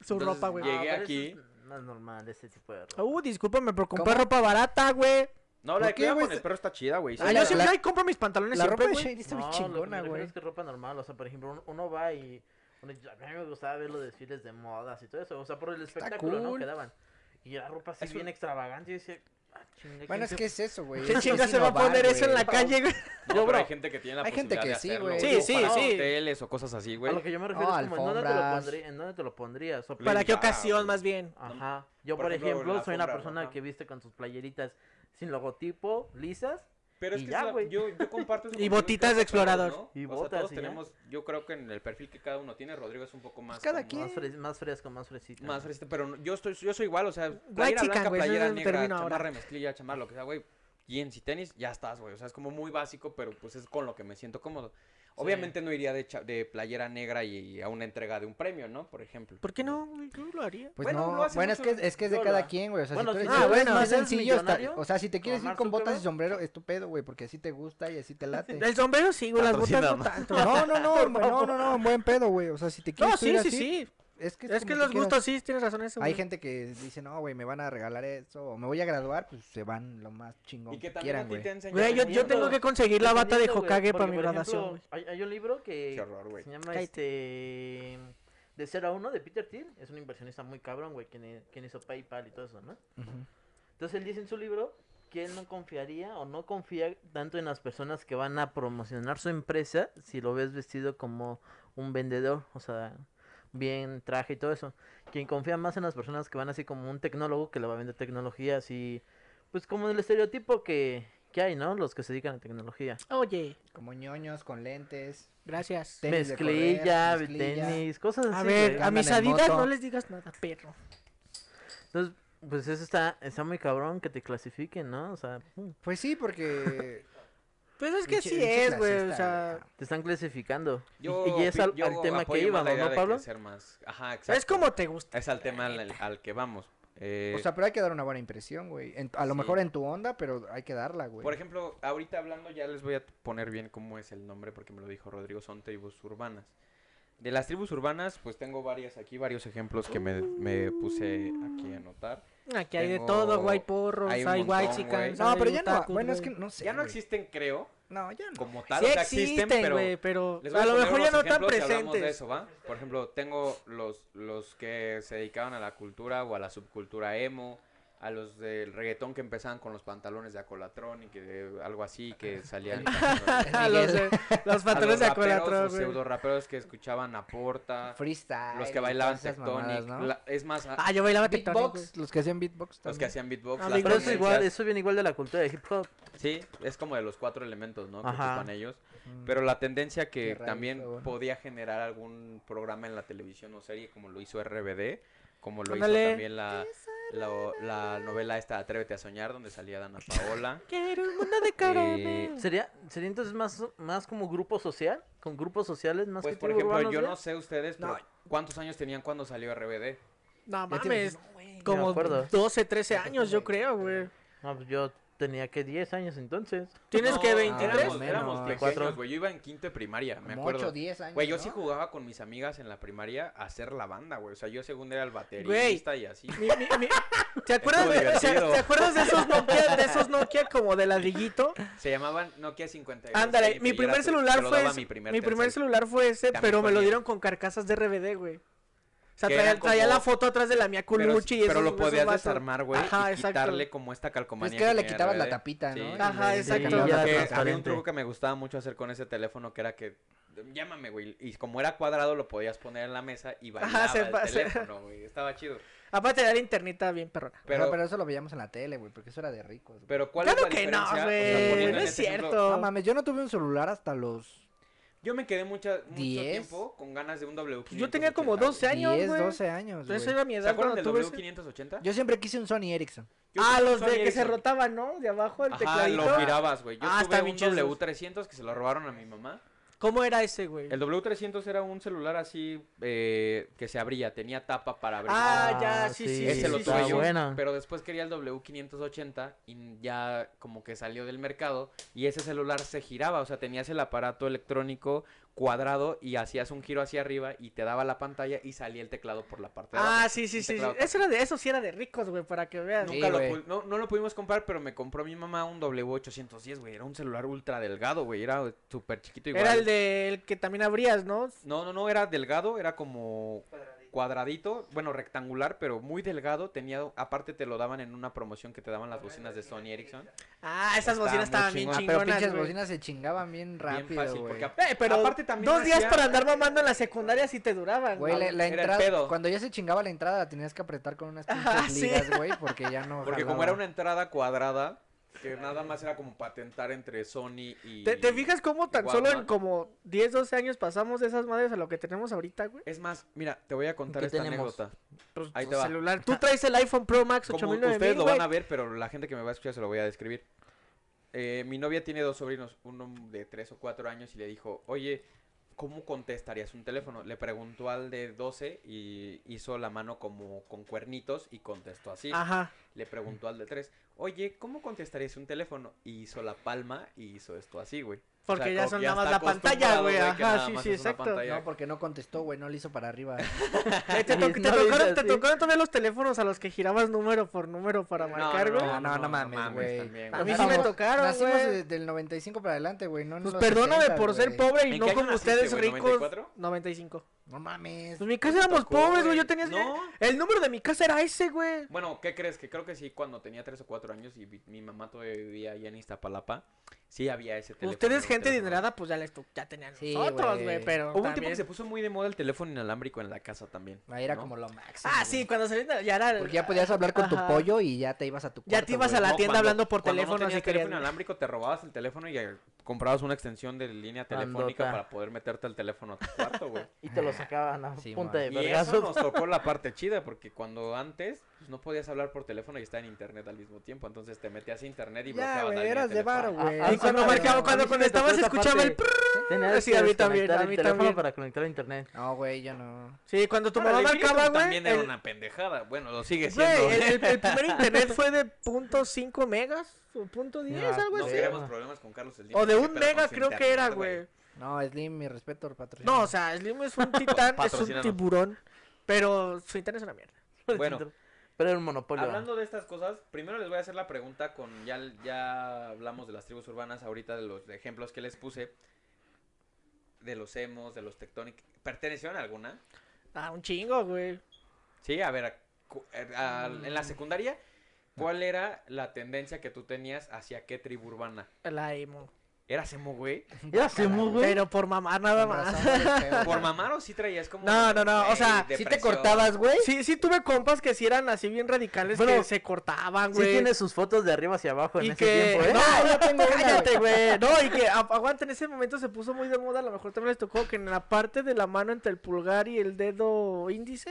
su Entonces, ropa, güey. Llegué Ah, pero eso aquí. es- no es normal este tipo de ropa. Uh, discúlpame, pero compré ¿Cómo? ropa barata, güey. No, la de qué, cuidado güey? con el perro está chida, güey. Sí, Ah, la- yo la- siempre ay, compro mis pantalones La siempre, ropa de güey. Shane está No, bien lo que me chingona, refiero güey. Es que ropa normal, o sea, por ejemplo, un- uno va y. uno dice, a mí me gustaba ver los desfiles de modas y todo eso, o sea, por el espectáculo, ¿no? cool. Que daban. Y la ropa así Eso- bien extravagante, y decía, ah, chinga, ¿quién Bueno, es se- que es eso, güey. ¿Qué Eso chinga es se va a innovar, poner eso en la güey. calle, güey? No, Yo, pero hay bro, gente que tiene la hay gente posibilidad que de sí, hacerlo, güey. Sí, sí, para sí. hoteles o cosas así, güey. A lo que yo me refiero No, es como, ¿en dónde, te lo alfombras. pondrí- en dónde te lo pondrías? O- Pla- ¿Para qué Playeras, ocasión, güey. más bien? Ajá. Yo, Por por, ejemplo, ejemplo, la soy una alfombra persona roja. que viste con sus playeritas sin logotipo, lisas, Pero es Y que ya, es la- güey. yo, yo comparto esa Y opinión, botitas creo de que todos, explorador. ¿no? Y O sea, botas, todos y ya. tenemos, yo creo que en el perfil que cada uno tiene, Rodrigo es un poco más cada como- quien. Más, fres- más fresco, más fresita. más ¿no? fresita, pero no- yo estoy yo soy igual, o sea, playera chican, blanca, güey, ese playera es el negra, término chamarra ahora. de mezclilla, chamarra, lo que sea, güey. Jeans y tenis, ya estás, güey. O sea, es como muy básico, pero pues es con lo que me siento cómodo. Obviamente no iría de, cha- de playera negra y, y a una entrega de un premio, ¿no? Por ejemplo. ¿Por qué no? güey? Yo lo haría. Pues Bueno, no, lo hace bueno, es mucho que es, que es de Yola. cada quien, güey. O sea, Bueno, si tú sí, eres, ah, tú eres bueno, más si eres sencillo, está- millonario, o sea, si te quieres como ir con Mark botas y Zuckerberg. sombrero, es tu pedo, güey, porque así te gusta y así te late. El sombrero sí, güey, las botas no Patrocíname. tanto. No, no, no, güey, no, no, no, en buen pedo, güey. O sea, si te quieres No, tú sí, ir sí, así, sí. Es que, Es que como los tú quieras. gustos sí, tienes razón en eso. Hay güey. gente que dice, no, güey, me van a regalar eso, o me voy a graduar, pues se van lo más chingón Y que que, también quieran, a ti güey. te enseñan. Güey, yo, yo Dependiendo- tengo que conseguir la bata de Dependiendo, güey, Hokage para porque, mi por graduación, ejemplo, güey. Hay, hay un libro que Qué horror, güey. se llama este De 0 a 1 de Peter Thiel. Es un inversionista muy cabrón, güey, quien, eh, quien hizo PayPal y todo eso, ¿no? Ujú. Entonces él dice en su libro que él no confiaría o no confía tanto en las personas que van a promocionar su empresa si lo ves vestido como un vendedor, o sea, bien traje y todo eso. Quien confía más en las personas que van así como un tecnólogo que le va a vender tecnología, así, pues como el estereotipo que, que hay, ¿no? Los que se dedican a tecnología. Oye, Como ñoños con lentes. gracias. Tenis de mezclilla, correr, mezclilla. tenis, cosas así. A güey. ver, a andan mis en adidas moto. no les digas nada, perro. Entonces, pues eso está, está muy cabrón que te clasifiquen, ¿no? O sea, mm, pum, Pues sí, porque Pues es que Pinche- sí pinche es, güey, o clasista, sea... güey. te están clasificando. Y- Yo y, es opi- al, yo al tema que apoyo más la íbamos, idea de ¿no, que Pablo? ser más- Ajá, Es exacto. como te gusta. Es al tema al, al que vamos. Eh, O sea, pero hay que dar una buena impresión, güey. En- A lo Sí. mejor en tu onda, pero hay que darla, güey. Por ejemplo, ahorita hablando ya les voy a poner bien cómo es el nombre porque me lo dijo Rodrigo, son tribus urbanas. De las tribus urbanas, pues tengo varias aquí, varios ejemplos que me, me puse aquí a anotar. Aquí hay de Tengo- todo, güey, hay porros, hay hay, un montón, white güey. No, pero ya no. Bueno, es que no sé. Ya no güey. existen, creo, No, ya no. como tal, Sí o sea, existen, pero güey, pero, les voy a lo poner mejor ya unos no tan ejemplos y hablamos de presentes. eso, ¿va? Por ejemplo, tengo los, los que se dedicaban a la cultura o a la subcultura emo, a los del reggaetón que empezaban con los pantalones de acolatrón y que de- algo así, que salían... los, eh, los a los pantalones de raperos, Aqualatrón, los pseudo güey. raperos que escuchaban a Porta, Freestyle. ah, los y que todas bailaban esas Tectonic, mamadas, ¿no? la- es más, a- Ah, yo bailaba Tectonic, güey. Beatbox, los que hacían beatbox los también. que hacían beatbox. Ah, las Pero eso Entonces, igual, tendencias, eso viene igual de la cultura de hip hop. Sí, es como de los cuatro elementos, ¿no? Que Ajá. ocupan ellos. Ujú. Pero la tendencia que Tierra y también fuego, ¿no? podía generar algún programa en la televisión o serie, como lo hizo RBD, como lo Ándale. hizo también la, la, la novela esta Atrévete a soñar, donde salía Dana Paola. Eh, Quiero un mundo de caramelo. ¿Sería, sería entonces más, más como grupo social? ¿Con grupos sociales más Pues, que por tribus ejemplo, urbanas, yo güey? no sé ustedes, pero No. ¿cuántos años tenían cuando salió RBD? No Ya te imaginas, mames, güey. como acuerdo. 12, 13 años, yo creo, güey. No, pues yo tenía que 10 años entonces. Tienes No, que Éramos, 23. menos, éramos pequeños, 24. güey. Yo iba en quinto de primaria, me Como acuerdo. 8, 10 años. Güey, yo sí ¿no? jugaba con mis amigas en la primaria a hacer la banda, güey. O sea, yo según era el baterista y así. Mi- mi- mi- ¿Te acuerdas, Estuvo de, te- divertido. te acuerdas de esos Nokia, de esos Nokia como de ladrillito? Se llamaban Nokia 52. Ándale, Felipe, mi yo era primer tu- celular te lo fue daba ese, mi primer, Telcel. celular fue ese, También pero me lo ponía. dieron con carcasas de RBD, güey. O sea, Que traía, eran traía como- la foto atrás de la mía Pero, Colucci y pero esos- lo esos podías vasos. desarmar, güey, Ajá, y exacto. quitarle como esta calcomanía. Pues que ahora le tenía quitabas la RBD. tapita, eh. Sí. ¿no? Ah, Y Ajá, le- le exacto. cambiabas Ya la de Que otra cara. había un transparente. truco que me gustaba mucho hacer con ese teléfono que era que llámame, güey, y como era cuadrado lo podías poner en la mesa y bailaba se el pasa. teléfono, güey. Estaba chido. Aparte de dar internita bien perrona. Pero, Pero pero eso lo veíamos en la tele, güey, porque eso era de ricos. güey. pero ¿cuál es Claro la que no, diferencia? O sea, güey. poniendo No en es este ejemplo, No cierto. mames, yo no tuve un celular hasta los Yo me quedé mucha, mucho Diez. tiempo con ganas de un W. Pues Yo tenía como 12 años, 10, güey. 12 años, Entonces güey. era mi ¿Se edad acuerdan cuando del tuve ese- W580? Yo siempre quise un Sony Ericsson. Yo tuve Ah, un los de Sony que se Ericsson. rotaban, ¿no? De abajo el Ajá, tecladito. lo girabas, güey. Yo tuve Ah, está un bien chido. W300 que se lo robaron a mi mamá. ¿Cómo era ese, güey? El W300 era un celular así eh, que se abría, tenía tapa para abrir. Ah, ya, sí, sí, Ese sí, lo sí, tuve sí. yo, ah, bueno. pero después quería el W580 y ya como que salió del mercado y ese celular se giraba, o sea, tenías el aparato electrónico cuadrado y hacías un giro hacia arriba y te daba la pantalla y salía el teclado por la parte de abajo. Ah, sí, sí, el sí. sí. teclado Eso, era de, eso sí era de ricos, güey, para que veas. Sí, Nunca lo güey. pu- no, no lo pudimos comprar, pero me compró mi mamá un W810, güey. Era un celular ultra delgado, güey. Era súper chiquito igual. Era el del que también abrías, ¿no? No, no, no, era delgado, era como cuadradito, bueno, rectangular, pero muy delgado. Tenía, aparte te lo daban en una promoción que te daban las bocinas de Sony Ericsson. Ah, esas Está bocinas muy estaban bien chingona, Ah, pero chingonas, pinches güey. bocinas se chingaban bien rápido, Bien fácil, güey. porque ap- Eh, pero aparte también dos días hacía- para andar mamando en la secundaria sí te duraban. Güey, la, la Era el entrada, pedo. cuando ya se chingaba la entrada, la tenías que apretar con unas pinches Ajá, sí. ligas, güey, porque ya no Porque como jalaba. era una entrada cuadrada, Que nada más era como patentar entre Sony y. ¿Te, te fijas cómo tan solo en Walmart. como 10, 12 años pasamos de esas madres a lo que tenemos ahorita, güey? Es más, mira, te voy a contar ¿Qué esta tenemos? anécdota. Pues, Ahí tu te va. celular. Tú traes el iPhone Pro Max Como 8000, 9000, ustedes lo güey. van a ver, pero la gente que me va a escuchar se lo voy a describir. Eh, mi novia tiene dos sobrinos, uno de tres o cuatro años, y le dijo, oye, ¿cómo contestarías un teléfono? Le preguntó al de 12 y hizo la mano como con cuernitos y contestó así. Ajá. Le preguntó al de tres, oye, ¿cómo contestarías un teléfono? Y hizo la palma y hizo esto así, güey. O Porque sea, ya como son que ya nada más la está pantalla, acostumbrado, güey. güey, que Ajá, nada sí, más sí, es una exacto. pantalla. No, porque no contestó, güey, no le hizo para arriba. Eh, Te, to- te No, tocaron, dice te así. tocaron todavía los teléfonos a los que girabas número por número para No, marcar, güey. No, no, no mames, güey. también, A mí sí me Nacimos- tocaron, Nacimos güey. de- del 95 para adelante, güey. No en Pues los perdóname 60, por ser güey. pobre y ¿En no qué año como naciste, ustedes güey? ricos. ¿94? 95. No mames. Pues mi casa éramos tocó, pobres, güey. güey. Yo tenía. No. El número de mi casa era ese, güey. Bueno, ¿qué crees? Que creo que sí, cuando tenía tres o cuatro años y vi- mi mamá todavía vivía allá en Iztapalapa, sí había ese teléfono. un Ustedes, gente teléfono. adinerada, pues ya, les to- ya tenían Sí, nosotros, güey. güey. Pero. Hubo un tiempo también- que se puso muy de moda el teléfono inalámbrico en la casa también. Ahí era ¿no? como lo máximo. Ah, güey. sí, cuando salí. Ya era. Ah, Porque ya podías hablar con Ajá. tu pollo y ya te ibas a tu Ya cuarto, te ibas a güey. la tienda cuando- hablando por cuando teléfono, No así tenías que teléfono ya- inalámbrico, te robabas el teléfono y eh, comprabas una extensión de línea telefónica Grandota. para poder meterte al teléfono a tu cuarto, güey. Y te lo sacaban a Sí, punta man. de Y eso vergazos. nos tocó la parte chida, porque cuando antes pues, no podías hablar por teléfono y estar en internet al mismo tiempo, entonces te metías a internet y Ya, bloqueabas la güey, línea eras de varo, telefónica. güey. Ah, Y cuando Ah, marcaba, no, a mí cuando sí me tocó conectabas, esa escuchaba el. parte. prrr. Tenías Sí, que a mí también, desconectar a el mí teléfono también. para conectar a internet. No, güey, yo no. Sí, cuando tu Bueno, mamá el Infinito marcaba, güey. También era el- una pendejada. Bueno, lo sigue siendo. ¿eh? Güey, el, el- el primer internet fue de punto .5 megas o punto .10, No, algo No así. queremos problemas con Carlos Slim. o de ¿qué un pedo con mega su creo que era, internet, güey. No, Slim, mi respeto al patrocinador. No, o sea, Slim es un titán, es un Patrocínanos. tiburón, pero su internet es una mierda. Bueno. Pero era un monopolio. Hablando de estas cosas, primero les voy a hacer la pregunta con ya ya hablamos de las tribus urbanas ahorita de los ejemplos que les puse de los emos, de los tectonic, ¿pertenecieron a alguna? Ah, un chingo, güey. Sí, a ver, a- cu- eh, a- en Mm. la secundaria ¿cuál era la tendencia que tú tenías hacia qué tribu urbana? La emo. ¿Eras emo, güey? Ah, Ya hacemos, güey. Pero por mamar nada Con más. razón, no les pego, Por güey. mamar o sí traías como No, no, no, o güey, sea, ¿Sí te depresión? cortabas, güey? Sí, sí tuve compas que sí eran así bien radicales Bueno, que se cortaban, Sí güey. tiene sus fotos de arriba hacia abajo en y ese que tiempo, ¿eh? no, Ah, yo tengo una, güey. cállate, güey. No, y que a- aguanta, en ese momento se puso muy de moda, a lo mejor también les tocó que en la parte de la mano entre el pulgar y el dedo índice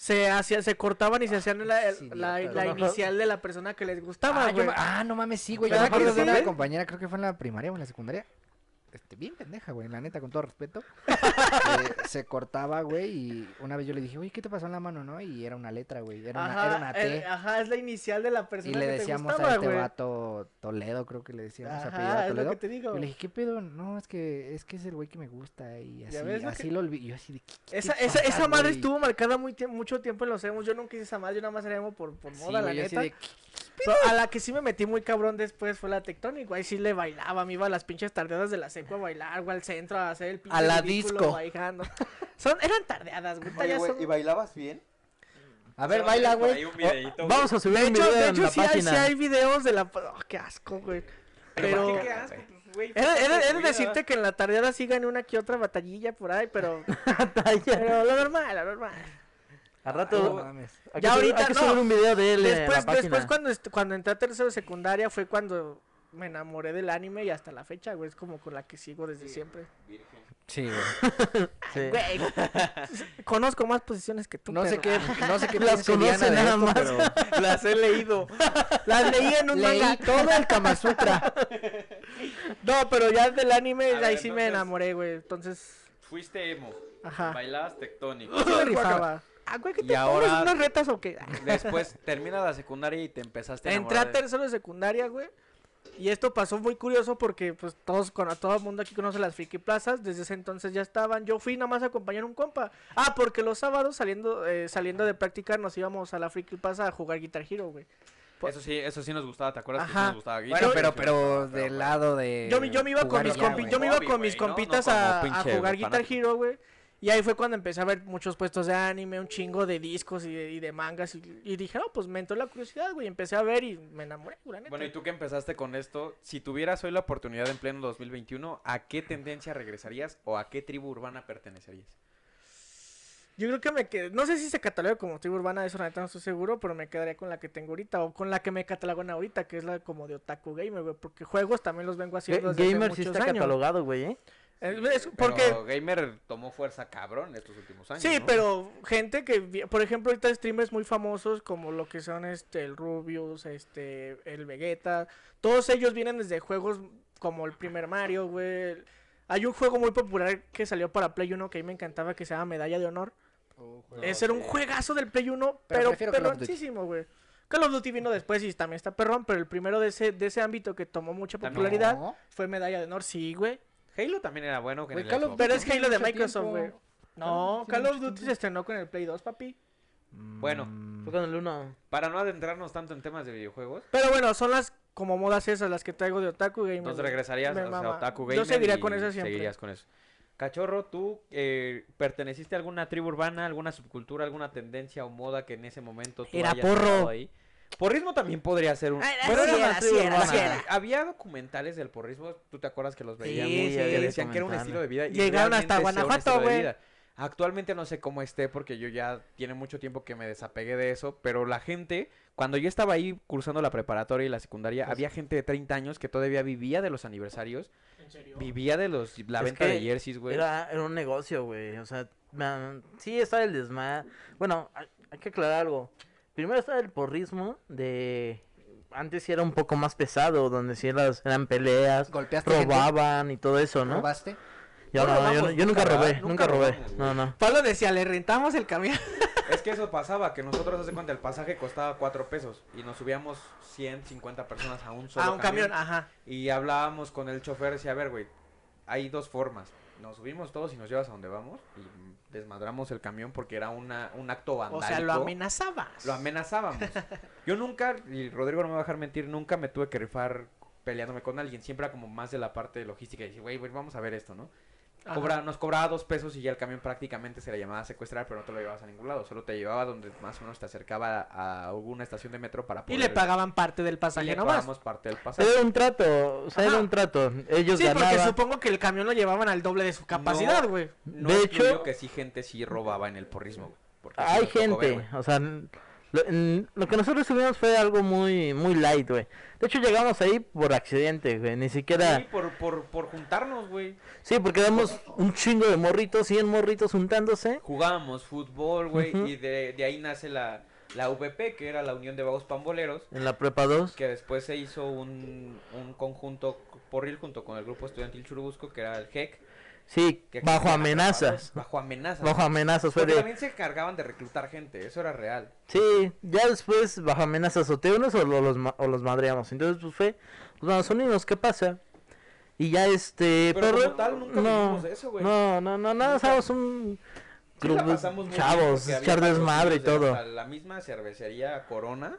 se hacía, se cortaban y se hacían la, el- sí, la- idiota, la ¿no? inicial de la persona que les gustaba, Ah, yo güey. ma- ah, no mames, sí, güey. Yo me ¿Verdad que acuerdo de sí, una güey? compañera, creo que fue en la primaria o en la secundaria. Este, bien pendeja, güey, la neta, con todo respeto. que se cortaba, güey, y una vez yo le dije, oye, ¿qué te pasó en la mano, no? Y era una letra, güey. Era, una, era una el- T. ajá, es la inicial de la y persona le que decíamos te gustaba, a este güey. vato Toledo, creo que le decíamos apellido Ajá, a es lo Toledo. que te digo. Yo le dije, ¿qué pedo? No, es que es, que es el güey que me gusta. Y así, ves lo así que- lo olvidé. Yo así de, "¿Qué- qué Esa, te esa, pasa, esa madre güey?". estuvo marcada muy tie- mucho tiempo en los emos. Yo nunca hice esa madre, yo nada más era emo por, por Sí, moda, la güey, yo así neta. de, "¿Qué- So, a la que sí me metí muy cabrón después fue la Tectonic, güey. Ahí sí le bailaba, me iba a las pinches tardeadas de la secu a bailar, güey, al centro a hacer el pinche A la ridículo disco. bailando. Son, eran tardeadas, güey. ahorita ya son- bailabas bien? A ver, baila, güey. Vamos a subir De un hecho, video de en hecho la sí, hay, página. sí hay videos de la... Oh, ¡Qué asco, güey! Pero... ¿Qué, qué asco, pues, güey, He de- he de- tu he de vida. decirte que en la tardeada sí gané una que otra batallilla por ahí, pero... pero lo normal, lo normal. Al Oh, No rato. mames. hay que Ya subir- ahorita hay que no. subir un video de él en Después, la página. después cuando, est- cuando entré a tercero de secundaria fue cuando me enamoré del anime y hasta la fecha, güey. Es como con la que sigo desde siempre. Virgen. Sí, güey. Sí. Güey, conozco más posiciones que tú. No sé perro. qué, no sé qué Las piense Diana conoce de nada esto, más. pero Las he leído. Las leí en un Leí manga. todo el Kama Sutra. No, pero ya del anime, A ahí ver, sí me entonces- enamoré, güey. Entonces, Fuiste emo, ajá. bailabas tectónico. Sí me rifaba. Ah, güey, ¿qué Y te ahora- pones unas retas o qué? Después termina la secundaria y te empezaste a Entré a enamorar. de- tercero de secundaria, güey. Y esto pasó muy curioso porque pues todos con a todo el mundo aquí conoce las friki plazas, desde ese entonces ya estaban. Yo fui nada más a acompañar a un compa. Ah, porque los sábados saliendo eh, saliendo de práctica nos íbamos a la friki plaza a jugar Guitar Hero, güey. Pues- Eso sí, eso sí nos gustaba, ¿te acuerdas? que Ajá. sí nos gustaba Guitar Bueno, Hero? pero, pero del bueno. lado de. Yo, me- yo me iba con Eh, jugar mis, y ya, compi- güey. yo me iba Hobby, con mis güey, ¿no? No compitas como a, a pinche jugar Guitar fanático. Hero, güey. Y ahí fue cuando empecé a ver muchos puestos de anime, un chingo de discos y de, y de mangas. Y, y dije, no, pues me entró la curiosidad, güey. Empecé a ver y me enamoré, güey, la neta. Bueno, y tú que empezaste con esto, si tuvieras hoy la oportunidad en pleno 2021, ¿a qué tendencia regresarías o a qué tribu urbana pertenecerías? Yo creo que me quedé, no sé si se cataloga como tribu urbana, eso la neta no estoy seguro, pero me quedaría con la que tengo ahorita o con la que me catalogan ahorita, que es la como de otaku gamer, güey, porque juegos también los vengo Ga- haciendo desde hace Gamer sí muchos está años. catalogado, güey, ¿eh? Eh, es Pero porque Gamer tomó fuerza cabrón estos últimos años. Sí, ¿no? pero gente que, vi- por ejemplo, ahorita streamers muy famosos como lo que son este el Rubius, este el Vegeta, todos ellos vienen desde juegos como el primer Mario, güey. Hay un juego muy popular que salió para Play 1 que a mí me encantaba que se llama Medalla de Honor. Ese era un juegazo del Play 1, pero, prefiero Call of Duty. perroncísimo, güey. Call of Duty vino después y también está perrón, pero el primero de ese de ese ámbito que tomó mucha También. popularidad No, fue Medalla de Honor, sí, güey. Halo también era bueno. Que en Güey, el Call of Xbox, Pero ¿no? es Halo de mucho Microsoft, tiempo. güey. No, Call of Duty se estrenó con el Play 2, papi. Bueno. Mm, Fue con el uno. Para no adentrarnos tanto en temas de videojuegos, Pero bueno, son las como modas esas las que traigo de Otaku Gamer. entonces güey. regresarías Me o sea, a mama. Otaku Gamer. Yo seguiría y con esa siempre. Seguirías con eso. Cachorro, ¿tú eh, perteneciste a alguna tribu urbana, alguna subcultura, alguna tendencia o moda que en ese momento tú Era hayas porro. estado ahí? Porrismo también podría ser un... Ay, ay, Bueno, sí era era, más sí tribu era, urbana. sí era. Había documentales del porrismo, tú te acuerdas que los veíamos, sí, que vi decían que era un documentales. estilo de vida. y Llegaron realmente hasta sea un Guanajuato, estilo de güey. vida. Actualmente no sé cómo esté porque yo ya tiene mucho tiempo que me desapegué de eso, pero la gente, cuando yo estaba ahí cursando la preparatoria y la secundaria, Pues había gente de 30 años que todavía vivía de los aniversarios, vivía de los la Es venta de que jerseys, güey. Era, era un negocio, güey. O sea, man, sí estaba el desmadre. Bueno, hay, hay que aclarar algo. Primero estaba el porrismo de... Antes sí era un poco más pesado, donde sí eras- eran peleas, ¿Golpeaste gente? robaban y todo eso, ¿no? ¿Robaste? Yo, No no, yo, robamos, nunca yo nunca robé, roba- nunca nunca robé. robamos, güey. no, no. Pablo decía, le rentamos el camión. Es que eso pasaba, que nosotros hace cuenta el pasaje costaba 4 pesos y nos subíamos 150 personas a un solo a un camión, ajá. Y hablábamos con el chofer, decía, a ver, güey, hay dos formas. Nos subimos todos y nos llevas a donde vamos y mm, desmadramos el camión porque era una, un acto O vandálico. sea, lo amenazabas. Lo amenazábamos. Yo nunca, y Rodrigo no me va a dejar mentir, nunca me tuve que rifar peleándome con alguien. Siempre era como más de la parte de logística. Y decir, güey, güey, vamos a ver esto, ¿no? Ajá. Cobra- nos cobraba dos pesos y ya el camión prácticamente se le llamaba a secuestrar, pero no te lo llevabas a ningún lado. Solo te llevaba donde más o menos te acercaba a a alguna estación de metro para Y poder... le pagaban parte del y le pasaje nomás. pagábamos parte del pasaje. Era un trato, o sea, Ajá. era un trato. Ellos Sí, porque ganaban. supongo que el camión lo llevaban al doble de su capacidad, No. güey. No De excluyo hecho- que sí gente sí robaba en el porrismo. güey, porque sí Hay nos tocó ver, gente, güey. o sea, n- lo, n- lo que nosotros subimos fue algo muy muy light, güey. De hecho, llegamos ahí por accidente, güey. Ni siquiera. Sí, por, por, por juntarnos, güey. Sí, porque éramos un chingo de morritos, 100 morritos juntándose. Jugábamos fútbol, güey, Ujú. y de, de ahí nace la, la VP, que era la Unión de Vagos Pamboleros, En la prepa 2. que después se hizo un, un conjunto porril junto con el grupo estudiantil Churubusco, que era el GEC. Sí, que aquí bajo eran amenazas. atrapados, Bajo amenazas. Bajo amenazas, fue Porque de. también se encargaban de reclutar gente, eso era real. Sí, ya después bajo amenazas o te unes o, lo- los, ma- o los madreamos. Entonces, pues fue. Pues vamos, unimos, ¿qué pasa? Y ya este. Pero como tal, nunca vivimos eso, güey. No, no, no, nada, Nunca. estábamos un Sí la grupo pasamos muy bien chavos, porque había echar desmadre y patrocinios de todo. hasta La misma cervecería Corona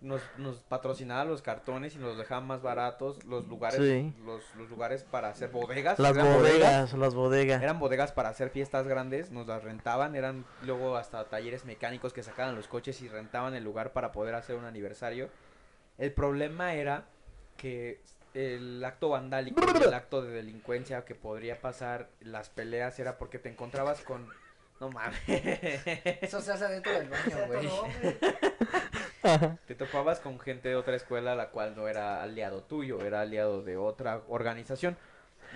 nos, nos patrocinaba los cartones y nos dejaba más baratos los lugares, Sí. los, los lugares para hacer bodegas. Las eran bodegas, las bodegas. Eran bodegas para hacer fiestas grandes, nos las rentaban, eran luego hasta talleres mecánicos que sacaban los coches y rentaban el lugar para poder hacer un aniversario. El problema era que el acto vandálico, y el acto de delincuencia que podría pasar, las peleas era porque te encontrabas con... No mames. Eso se hace dentro del baño, güey. Ajá. Te topabas con gente de otra escuela la cual no era aliado tuyo, era aliado de otra organización.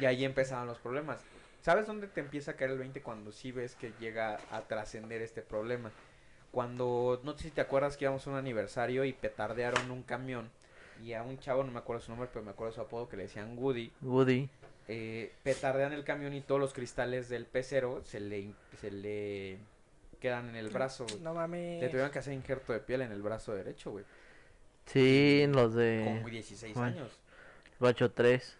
Y ahí empezaban los problemas. ¿Sabes dónde te empieza a caer el 20 cuando sí ves que llega a trascender este problema? Cuando, no sé si te acuerdas que íbamos a un aniversario y petardearon un camión y a un chavo, no me acuerdo su nombre, pero me acuerdo su apodo que le decían Woody, Woody. eh, petardean el camión y todos los cristales del pecero se le, se le quedan en el brazo. güey. No Le mames. tuvieron que hacer injerto de piel en el brazo derecho, güey. Sí, los Con de 16 Juan. años. Bacho 3.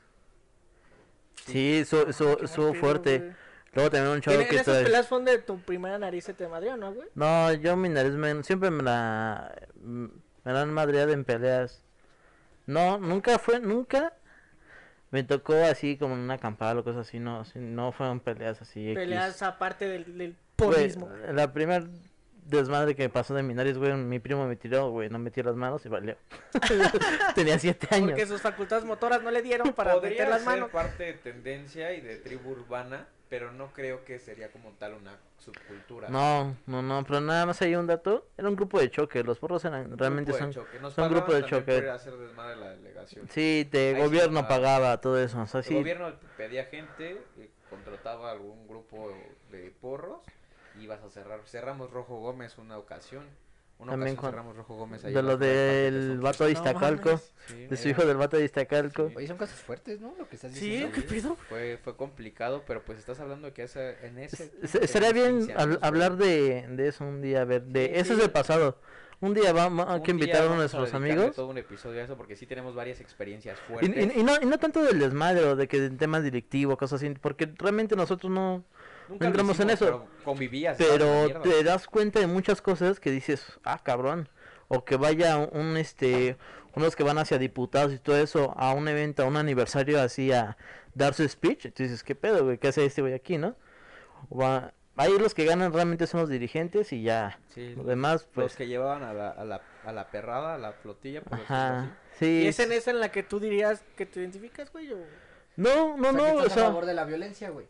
Sí, eso, eso, Qué mal estuvo pedo, fuerte. güey. Luego también un En, chavo en que esas trae- peleas fue donde tu primera nariz se te madrió, ¿no, güey? No, yo mi nariz me- siempre me la me la han madreado en peleas. No, nunca fue, nunca me tocó así como en una acampada o cosas así, no, sí, no fueron peleas así. X. Peleas aparte del, del Güey, polismo. la primer desmadre que pasó de mi nariz, güey, mi primo me tiró, güey, no metí las manos y valió. Tenía siete años. Porque sus facultades motoras no le dieron para Podría meter las ser manos. parte de tendencia y de tribu urbana pero no creo que sería como tal una subcultura. No, no, no, pero nada más hay un dato. Era un grupo de choque, los porros eran, Un realmente grupo de son... choque. Nos son un grupo pagaban de también por choque. ir a hacer desmadre a la delegación. Sí, de Ahí sí gobierno pagaba. pagaba todo eso, o sea, El sí. gobierno pedía gente, eh, contrataba algún grupo de porros y ibas a cerrar. Cerramos Rojo Gómez una ocasión. Una También ocasión con- cerramos Rojo Gómez ahí De en lo la Plaza del Parque del Tezotlán. vato de No Iztacalco, mames. Sí, de su era- hijo del vato de Iztacalco. Sí. Oye, son casos fuertes, ¿no? Lo que estás Sí, diciendo. ¿qué pedo? Fue, fue complicado, pero pues estás hablando que hace, en ese... Se- Sería bien tenía hab- 15 años, hablar güey. de, de eso un día, a ver, de Sí, eso es sí. del pasado. Un día vamos hay Ah, que Un día invitar a vamos nuestros dedicarle amigos. todo un episodio a eso porque sí tenemos varias experiencias Y, fuertes. y- y no, y no tanto del desmadre o de que en temas directivos, cosas así, porque realmente nosotros no... Nunca lo entramos en hicimos, eso. pero convivías. estabas en la Pero mierda. te das cuenta de muchas cosas que dices, ah, cabrón. O que vaya un, este, unos que van hacia diputados y todo eso, a un evento, a un aniversario así, a dar su speech. Tú dices, ¿qué pedo, güey? ¿Qué hace este güey aquí, no? O va- Ahí los que ganan realmente son los dirigentes y ya. Sí, Los demás, los pues. que llevaban a la, a la, a la perrada, a la flotilla, pues, por decirlo así. Ajá. Sí. ¿Y es en esa en la que tú dirías que te identificas, güey? o- No, no, O sea, que no. O estás a sea, favor de la violencia, güey.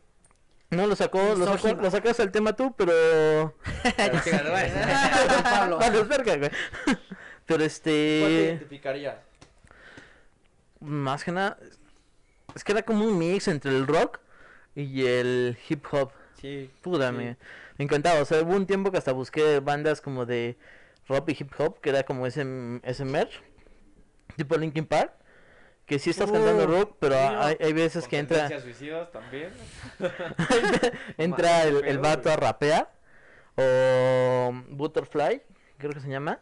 no lo sacó, lo sacó, Misógino. lo sacaste al tema tú, pero. Pero sí, ¿verdad? Don Pablo. Vale, verga, güey. Pero este. ¿Cuál te identificarías? Más que nada, es que era como un mix entre el rock y el hip hop. Sí. Puta, Sí. me, me encantaba. O sea, hubo un tiempo que hasta busqué bandas como de rock y hip hop, que era como ese, ese merch, tipo Linkin Park. Que sí estás cantando Uh, rock, pero mío. hay, hay veces Con que entra, tendencias suicidas también. entra Madre, el, qué el pedo, vato güey. a rapear. O Butterfly, creo que se llama,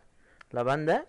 la banda.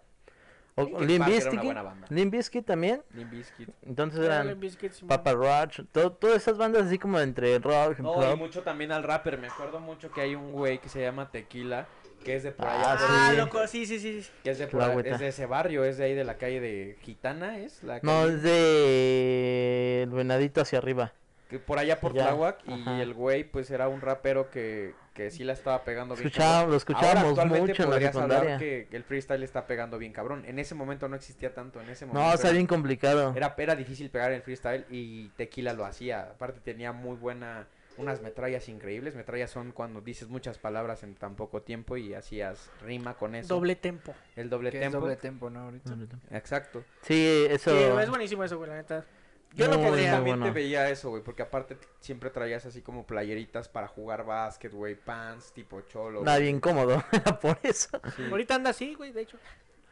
O Linkin Limp Park era una Bizkit, buena banda. Limp Bizkit también. Limp Bizkit. Entonces Era eran Limp Bizkit, Simón. Papa Roach, todo- todas esas bandas así como entre rock, hip No, y hop. mucho también al rapper. Me acuerdo mucho que hay un güey que se llama Tequila, que es de por Ah, allá. por- Ah, sí. loco, sí, sí, sí. sí. que es de por La a- agüita. es de ese barrio, es de ahí de la calle de Gitana, ¿es? La No, calle- es de El Venadito hacia arriba. que por allá por Ya, Tláhuac ajá. y el güey pues era un rapero que, que sí la estaba pegando bien. Escuchaba- cabrón. lo escuchábamos Ahora actualmente mucho en la podrías hablar secundaria. que, que el freestyle está pegando bien cabrón. En ese momento no existía tanto, en ese momento. No, está era- bien complicado. Era, era difícil pegar el freestyle y Tequila lo hacía. Aparte tenía muy buena unas metrallas increíbles. Metrallas son cuando dices muchas palabras en tan poco tiempo y hacías rima con eso. Doble tempo. el doble Que es tempo. doble tempo, ¿no? Ahorita. Exacto. Sí, Sí, eso. es buenísimo eso, güey, la neta. Yo lo Muy, Sí, muy podría. también bueno. te veía eso, güey, porque aparte t- siempre traías así como playeritas para jugar básquet, güey, pants tipo cholo. Nada, güey. bien cómodo. era por eso. Sí. Ahorita anda así, güey, de hecho.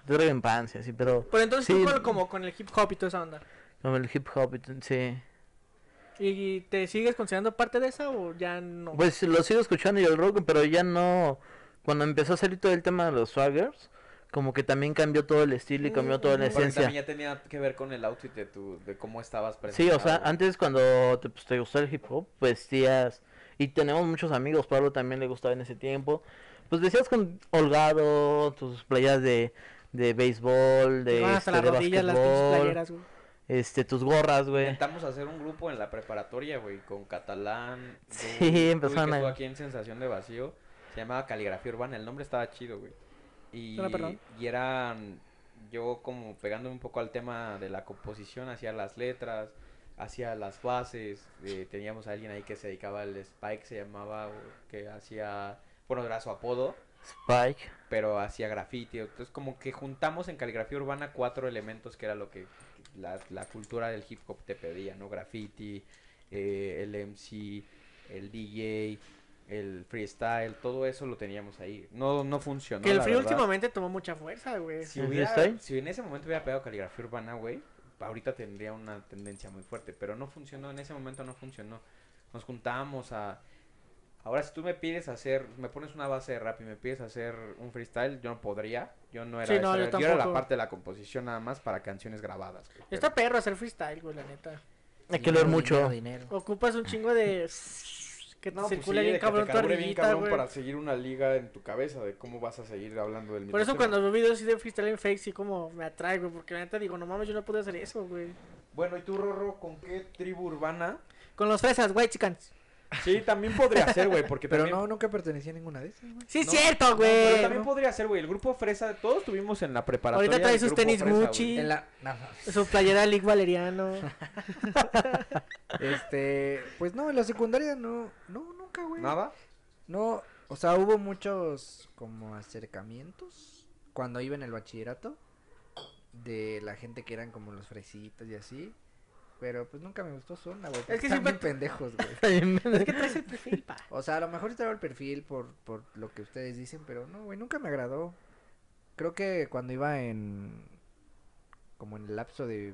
Yo era en pancia, sí, pero. Pues Pero entonces Sí. tú con, como con el hip hop y toda esa onda. Como el hip hop, y t- sí. ¿Y te sigues considerando parte de esa o ya no? Pues lo sigo escuchando y el rock, pero ya no. Cuando empezó a salir todo el tema de los swaggers, como que también cambió todo el estilo y cambió toda la Porque esencia. también ya tenía que ver con el outfit de tu, de cómo estabas Sí, presentado. o sea, güey. antes cuando te, pues, te gustó el hip hop, pues tías, y tenemos muchos amigos, Pablo también le gustaba en ese tiempo, pues decías con holgado, tus playas de, de béisbol, Te de, van Ah, hasta este, las de rodillas, las pinches basquetbol, playeras, güey. este, tus gorras, güey. Intentamos hacer un grupo en la preparatoria, güey, con catalán. Sí, Duy, Duy, que empezaron a- estuvo aquí en Sensación de Vacío. Se llamaba Caligrafía Urbana, el nombre estaba chido, güey. Y, Suena perrón. y eran, yo como pegándome un poco al tema de la composición, hacía las letras, hacía las bases. eh, teníamos a alguien ahí que se dedicaba al Spike, se llamaba, güey, que hacía, bueno, era su apodo, Spike. pero hacía graffiti. Entonces como que juntamos en Caligrafía Urbana cuatro elementos que era lo que la, la cultura del hip hop te pedía, ¿no? Graffiti, eh, el MC, el DJ, el freestyle, todo eso lo teníamos ahí. No, no funcionó. Que el la free verdad. últimamente tomó mucha fuerza, güey. Si, ¿El hubiera- freestyle? si en ese momento hubiera pegado Caligrafía Urbana, güey, ahorita tendría una tendencia muy fuerte, pero no funcionó, en ese momento no funcionó. Nos juntábamos a... Ahora, si tú me pides hacer, me pones una base de rap y me pides hacer un freestyle, yo no podría. Yo no era, Sí, no, esa- yo yo, era la tampoco. parte de la composición nada más para canciones grabadas. güey, pero- Está perro hacer freestyle, güey, la neta. Hay que leer mucho. Dinero, dinero. Ocupas un chingo de... Que te No, pues circule sí, de bien que te cabrón tu carbure bien ardillita, cabrón güey. para seguir una liga en tu cabeza de cómo vas a seguir hablando del mismo Por eso tema. cuando veo videos así de freestyle en fake, sí como me atrae, güey. Porque la neta digo, no mames, yo no pude hacer eso, güey. Bueno, ¿y tú, Rorro, con qué tribu urbana? Con los fresas, güey, chicans. Sí, también podría ser, güey, porque Pero también... no, nunca pertenecía a ninguna de esas, güey. Sí, es No, cierto, No, pero güey. también ¿no? podría ser, güey. El grupo Fresa, todos tuvimos en la preparatoria. Ahorita trae el sus grupo tenis Fresa, Gucci. güey. En la... no, no. Su playera Lick Valeriano. Este, pues Pues no, en la secundaria no, no, nunca, güey. ¿Nada? No, o sea, hubo muchos como acercamientos cuando iba en el bachillerato de la gente que eran como los fresitas y así. Pero pues nunca me gustó su onda, güey. porque que están siempre bien pendejos, güey. Es que traes el perfil, pa. O sea, a lo mejor estaba el perfil por, por lo que ustedes dicen, pero no, güey, nunca me agradó. Creo que cuando iba en. como en el lapso de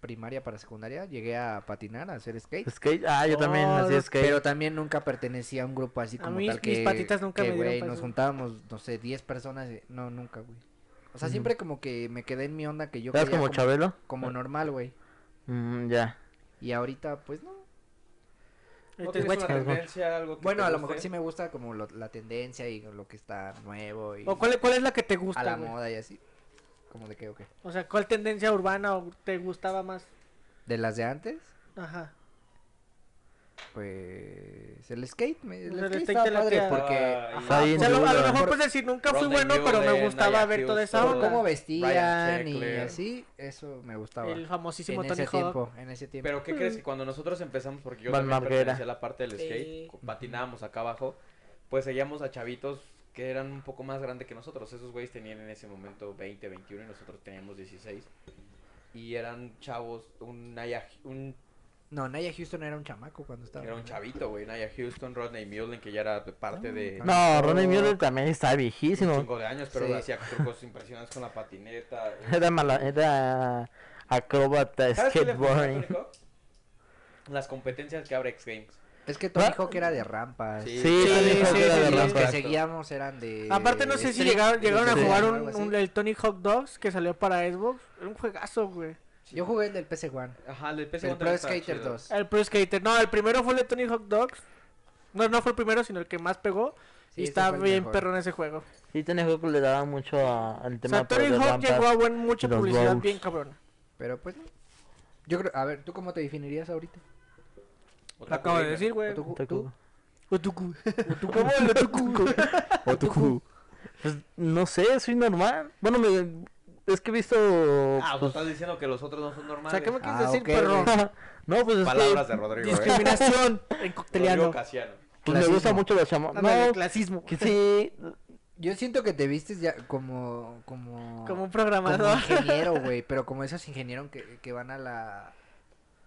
primaria para secundaria, llegué a patinar, a hacer skate. Skate, ah, yo también No, hacía los- skate. Pero también nunca pertenecía a un grupo así A como mí tal mis que. patitas nunca que, me dieron güey, para nos eso. juntábamos, no sé, 10 personas. y- No, nunca, güey. O sea, Ujú. siempre como que me quedé en mi onda que yo ¿Eras creía como Ah. Chabelo? como normal, güey. Mm, ya. Y ahorita, pues no. ¿No Te tienes una guacha. guacha. tendencia, algo que Bueno, te a lo guste? mejor sí me gusta como lo- la tendencia y lo que está nuevo. Y... ¿O cuál, cuál es la que te gusta? a la güey? moda y así. Como de qué o qué? O sea, ¿cuál tendencia urbana o te gustaba más? De las de antes, Ajá. pues el skate, me, el O sea, el skate skate estaba te padre Ah, latea. porque Estaba ajá, ahí O por- sea, lo- a lo Sin duda. mejor por, puedes decir, nunca fui Rodney bueno, pero me Mullen, gustaba Naya ver toda esa Houston. por onda. cómo vestían y Sheckler. así, eso me gustaba. El famosísimo en Tony ese Hawk. tiempo, en ese tiempo. Pero ¿qué crees que cuando nosotros empezamos, porque yo Val también Marguera. pertenecía a la parte del skate, Sí. co- patinábamos acá abajo, pues seguíamos a chavitos que eran un poco más grandes que nosotros. Esos güeyes tenían en ese momento 20, 21 y nosotros teníamos 16. Y eran chavos, un Naya, un, No, Naya Houston era un chamaco cuando estaba. era un chavito, güey, Naya Houston, Rodney Mullen, que ya era de parte de Ah, No, Ronnie no. Mueller también estaba un viejísimo. chingo de años, pero Sí. hacía trucos impresionantes con la patineta. Era mala, era acróbata, ¿Sabes qué le funciona a Tony skateboarding. Hawk? Las competencias que abre X Games. Es que Tony Ah. Hawk era de rampas. Sí, Sí, sí, Tony Hawk sí, era sí, de Los que sí. rampa. Exacto. seguíamos eran de Aparte, no sé si Eh, street, llegaron, llegaron a sí. jugar algo un, así. un- el Tony Hawk 2 que salió para Xbox. Era un juegazo, güey. Yo jugué el del PC1, Ajá, el PC el Pro Skater 2. El Pro Skater. No, el primero fue el de Tony Hawk Dogs. No, no fue el primero, sino el que más pegó. Sí, y ese está fue el bien mejor. Este perro en ese juego. Sí, Tony Hawk le daba mucho a- al O tema sea, pero Tony de Hawk rampas. llegó a buen, mucha y los publicidad roads. bien cabrona. Pero pues no. Yo creo, a ver, ¿tú cómo te definirías ahorita? Lo acabo de decir, güey. ¿Tú, Otaku. tú? Otuku. ¿Cómo el Otuku? Pues no sé, soy normal. Bueno, me, es que he visto. Ah, vos pues, estás diciendo que los otros no son O normales. sea, ¿qué me quieres Ah, decir, ok, perro? no, pues es Palabras que de Rodrigo, ¿eh? Discriminación en Rodrigo cocteliano. Casiano. pues, me gusta Clasismo. mucho la chama. Ándale, No, clasismo. que sí. Yo siento que te vistes ya como como Como un como programador. ingeniero, güey, pero como esos ingenieros que, que van a la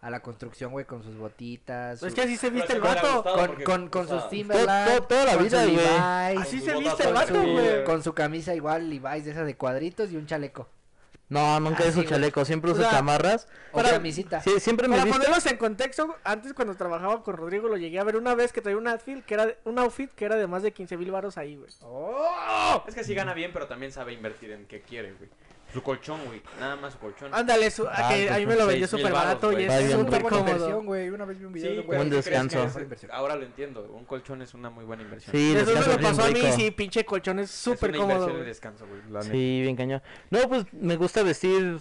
a la construcción, güey, con sus botitas, Es su- que así se viste el Pero sí me hubiera vato. gustado con porque, pues, ah, con, o con sea, sus to- Timberland, to- toda la con vida, su güey. Levi's, Así sus se botas viste el todas vato, su- subidas. güey. con su camisa igual Levi's de esa de cuadritos y un chaleco No, nunca Ah, uso sí, güey. chaleco, siempre O uso sea, chamarras. o Para- camisita. Sí, siempre me Para visto. ponerlos en contexto, antes cuando trabajaba con Rodrigo lo llegué a ver una vez que traía un outfit que era, un outfit que era de más de 15 mil baros ahí, güey. ¡Oh! Es que sí gana bien, pero también sabe invertir en qué quiere, güey. Su colchón, güey. Nada más su colchón. Ándale, su, a Ah, que a mí me lo vendió 6,000 súper barato varos, güey. y Ah, Va es bien una súper buena inversión, cómomo. güey, una vez vi un Sí, video de un pero güey Un ¿qué crees que descanso. es? ahora lo entiendo. Un colchón es una muy buena inversión. Sí, Eso descanso me lo bien pasó a mí, rico. sí, pinche colchón, es Es una súper inversión cómodo. de güey. descanso, güey. la neta. Sí, bien cañón. No, pues me gusta vestir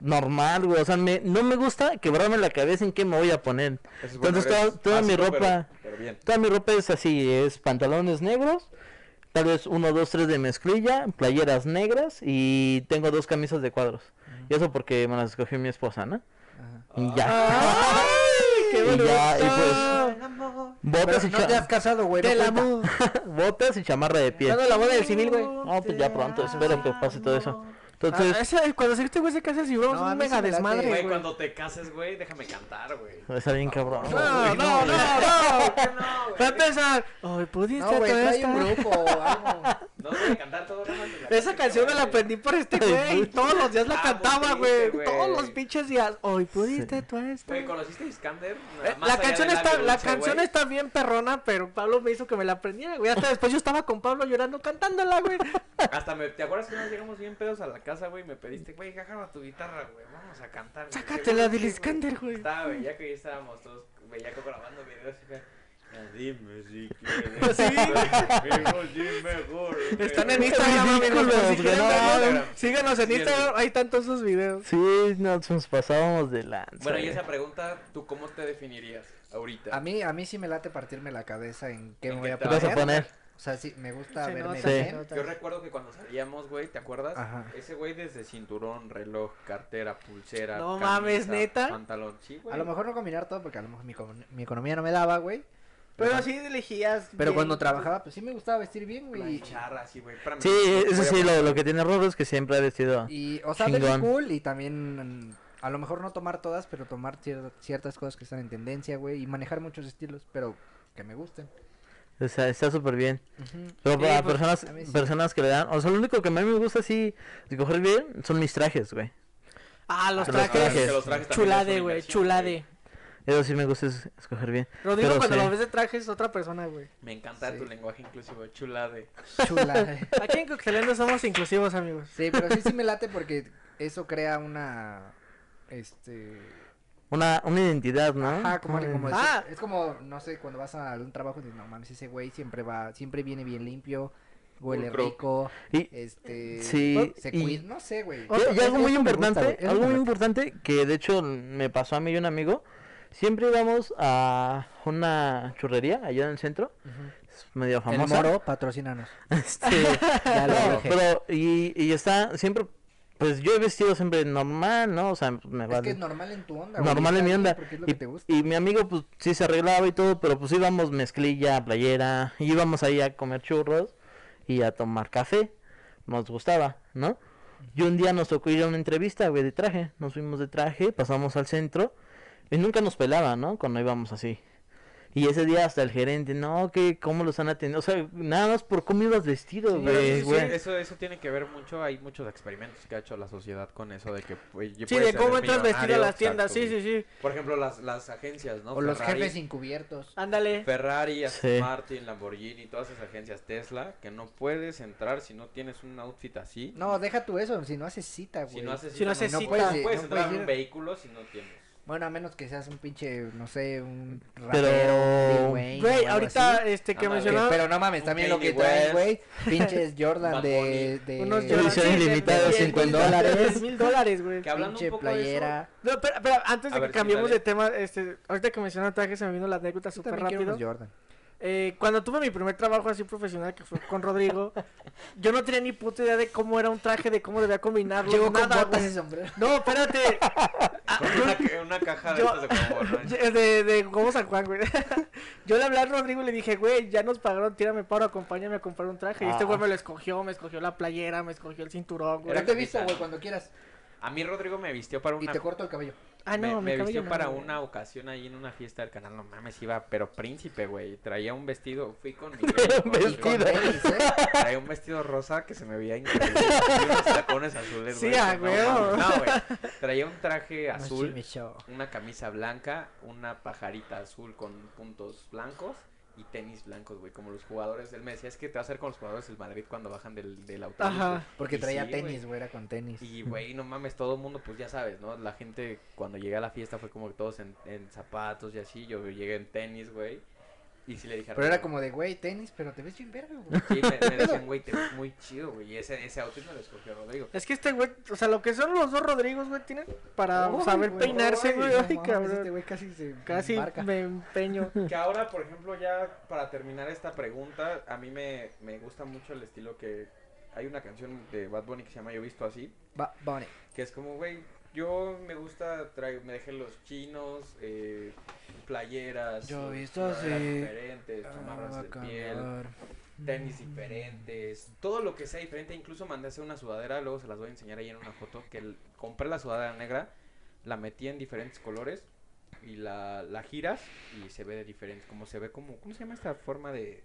normal, güey. O sea, me, no me gusta quebrarme la cabeza en qué me voy a poner. Eso es bueno, Entonces, eres toda- toda mi básico, ropa- Pero, pero bien. Toda mi ropa es así, es pantalones negros, tal vez uno, dos, tres de mezclilla, playeras negras y tengo dos camisas de cuadros. Y eso porque me las escogió mi esposa, ¿no? Ajá. Y ya. Ah. ¡Ay, qué Y bonito! ya, y pues- Pero Botas y, no te has cha- casado, güey. no Del cuenta. amor. botas y chamarra de piel. Dando la boda del civil, güey. No, pues ya pronto, espero que pase todo eso. Entonces, Ah, ese- cuando se este güey se casa, si vamos No, a a un mí sí mega me late. desmadre, Güey, güey. cuando te cases, güey, déjame cantar, güey. está bien cabrón. No, güey, no, no, no, ¿Por qué no. no, güey? Para empezar, ay, pudiste No, güey, toda trae un esta- grupo o algo. No sé cantar todo. romántico. Esa canción me la aprendí por este güey. Todos los días la Ah, cantaba, pudiste, güey. güey. Todos los pinches días. Hoy pudiste tú esta. Güey, ¿conociste a Iskander? Eh, Más La allá canción del está, agridulce, la canción güey. está bien perrona, pero Pablo me hizo que me la aprendiera, güey. Hasta después yo estaba con Pablo llorando cantándola, güey. Hasta me, ¿te acuerdas que nos llegamos bien pedos a la casa, güey? Me pediste, güey, agarra tu guitarra, güey, vamos a cantar. güey". Sácatela Seguro del sí, Iskander, güey. Estaba bellaco y estábamos todos bellaco grabando videos y fue, "Ah, Dime si quieres. Pues sí. mejor, sí, mejor. Están en güey". Instagram, amigos. ridículo, por si güey, quieren no, verlo. güey. Síganos en Sí, Instagram, güey. ahí están todos sus videos. Sí, nos, nos pasábamos de lanza. Bueno, y güey. esa pregunta, ¿tú cómo te definirías ahorita? A mí, a mí sí me late partirme la cabeza en qué me ¿En qué voy a te ¿Qué vas poner. a poner? O sea, sí, me gusta Se verme nota, bien. se nota. Yo recuerdo que cuando salíamos, güey, ¿te acuerdas? Ajá. Ese güey desde cinturón, reloj, cartera, pulsera. No mames, ¿neta? Pantalón, sí, güey. A lo mejor no combinar todo porque a lo mejor mi, com- mi economía no me daba, güey. Pero Ajá. sí elegías. Pero bien. cuando trabajaba, pues sí me gustaba vestir bien, güey. y- Plancharra, sí, güey. espérame, Sí, pues, voy eso a sí, poner- lo, lo que tiene Rorro es que siempre ha vestido. Y, o sea, verme Chingón. cool y también mm, a lo mejor no tomar todas, pero tomar cier- ciertas cosas que están en tendencia, güey. Y manejar muchos estilos, pero que me gusten. O sea, está súper bien. Ujú. Pero Sí, pues, para personas, a mí sí. personas que le dan. O sea, lo único que a mí me gusta así escoger bien son mis trajes, güey. Ah, Los los Ah, trajes, trajes. que los trajes también es Chulade, una güey, inversión, chulade. Eso sí me gusta es- escoger bien. Rodrigo, Pero cuando sí. lo ves de trajes es otra persona, güey. Me encanta Sí. tu lenguaje inclusivo, chulade. Chula. eh. Aquí en Coctelando somos inclusivos, amigos. Sí, pero sí, sí me late porque eso crea una. Este. Una, una identidad, ¿no? Ah, como, Una como identidad. decir- Ah. es como, no sé, cuando vas a algún trabajo, dices, no mames, ese güey siempre va, siempre viene bien limpio, huele Pulcro. rico, Y- este, Sí, se y- cuida, no sé, güey. Y- Y, Eso- algo muy eso me gusta, importante, güey, eso algo me muy late. importante que de hecho me pasó a mí y un amigo. Siempre íbamos a una churrería allá en el centro, es medio El famosa. Moro, patrocínanos. Este, Ya lo no, dije. pero y, y está siempre, pues yo he vestido siempre normal, ¿no? O sea, me va Es que es normal en tu onda, güey, normal en está mi bien, onda. Porque es lo Y, que te gusta. y mi amigo pues sí se arreglaba y todo, pero pues íbamos mezclilla, playera, y íbamos ahí a comer churros y a tomar café. Nos gustaba, ¿no? Y un día nos tocó ir a una entrevista, güey, de traje. Nos fuimos de traje, pasamos al centro y nunca nos pelaba, ¿no? Cuando íbamos así. Y ese día hasta el gerente, no, que cómo los han atendido. O sea, nada más por cómo ibas vestido, Pero güey, sí, sí, güey. eso, eso tiene que ver mucho, hay muchos experimentos que ha hecho la sociedad con eso de que... pues, Sí, puedes de ser cómo entras vestido millonario, a las tiendas. exacto, Sí, sí, güey. sí. Por ejemplo, las, las agencias, ¿no? o los Ferrari, jefes encubiertos. Ándale. Ferrari, Aston Sí. Martin, Lamborghini, todas esas agencias Tesla, que no puedes entrar si no tienes un outfit así. No, deja tú eso, si no haces cita, güey. si no haces Si no haces no cita. puedes, Sí, puedes no entrar puedes en un ir. vehículo si no tienes. Bueno, a menos que seas un pinche, no sé, un Pero- rapero, un Lil Wayne o Güey, algo ahorita así. este Ándale. que Que- mencionaba pero no mames, Un también lo que Kanye traen, West. güey. Pinches Jordan Bad de, de. unos Jordan Sí, ediciones sí, de- limitadas, de 50 mil dólares. mil dólares, güey. Que hablando Pinche un poco de eso, playera. No, pero, pero antes A de ver, que sí, cambiemos dale. de tema, este, ahorita que mencionan trajes se me vino la anécdota Yo súper también quiero rápido. unos Jordan. Eh, cuando tuve mi primer trabajo así profesional, que fue con Rodrigo, yo no tenía ni puta idea de cómo era un traje, de cómo debía combinarlo, Llegó con nada, botas güey. y sombrero. No, espérate. Con una, ca- una caja de yo- estas de como borrón. Yo- Eh, De, de Gobo San Juan, güey. Yo le hablé a Rodrigo y le dije, güey, ya nos pagaron, tírame paro, acompáñame a comprar un traje. Y este Ah. güey me lo escogió, me escogió la playera, me escogió el cinturón, güey. Yo te he visto, capitán. güey, cuando quieras. A mí Rodrigo me vistió para Y una te corto el cabello. Ah, no, me, me mi cabello vistió no, para güey. una ocasión ahí en una fiesta del canal, no mames, iba, pero príncipe, güey. Traía un vestido, fui con mi Traía un con mi- Y con Vestido. tenis, ¿eh? Traía un vestido rosa que se me veía increíble. y unos tacones azules, Sí, güey. a No, huevo. No, güey. Traía un traje No, sí, azul, mi show. una camisa blanca, una pajarita azul con puntos blancos y tenis blancos, güey. Como los jugadores del Messi. Es que te va a hacer con los jugadores del Madrid cuando bajan del, del autobús. Ajá. güey. Porque Y traía sí, güey. tenis, güey, era con tenis. Y, güey, no mames, todo el mundo, pues ya sabes, ¿no? La gente, cuando llegué a la fiesta, fue como que todos en, en zapatos y así. Yo llegué en tenis, güey. Y sí le dije a Pero era Rodrigo, como de, güey, tenis, pero te ves bien verga, güey. Sí, me, me decían, güey, te ves muy chido, güey. Y ese, ese outfit me lo escogió Rodrigo. Es que este güey, o sea, lo que son los dos Rodrigos, güey, tienen para Uy, saber güey, peinarse, uy, güey. no mames, Ay, Este cabrón. güey casi se Casi embarca. me empeño. Que ahora, por ejemplo, ya para terminar esta pregunta, a mí me, me gusta mucho el estilo que... Hay una canción de Bad Bunny que se llama Yo Visto Así, Va, Bonnie. que es como, güey, yo me gusta, traigo, me dejé los chinos, eh, playeras, Yo eh, visto así, sudaderas diferentes, chamarras Ah, de piel, cambiar. tenis diferentes, todo lo que sea diferente. Incluso mandé a hacer una sudadera, luego se las voy a enseñar ahí en una foto, que el- compré la sudadera negra, la metí en diferentes colores y la, la giras y se ve de diferente, como se ve como, ¿cómo se llama esta forma de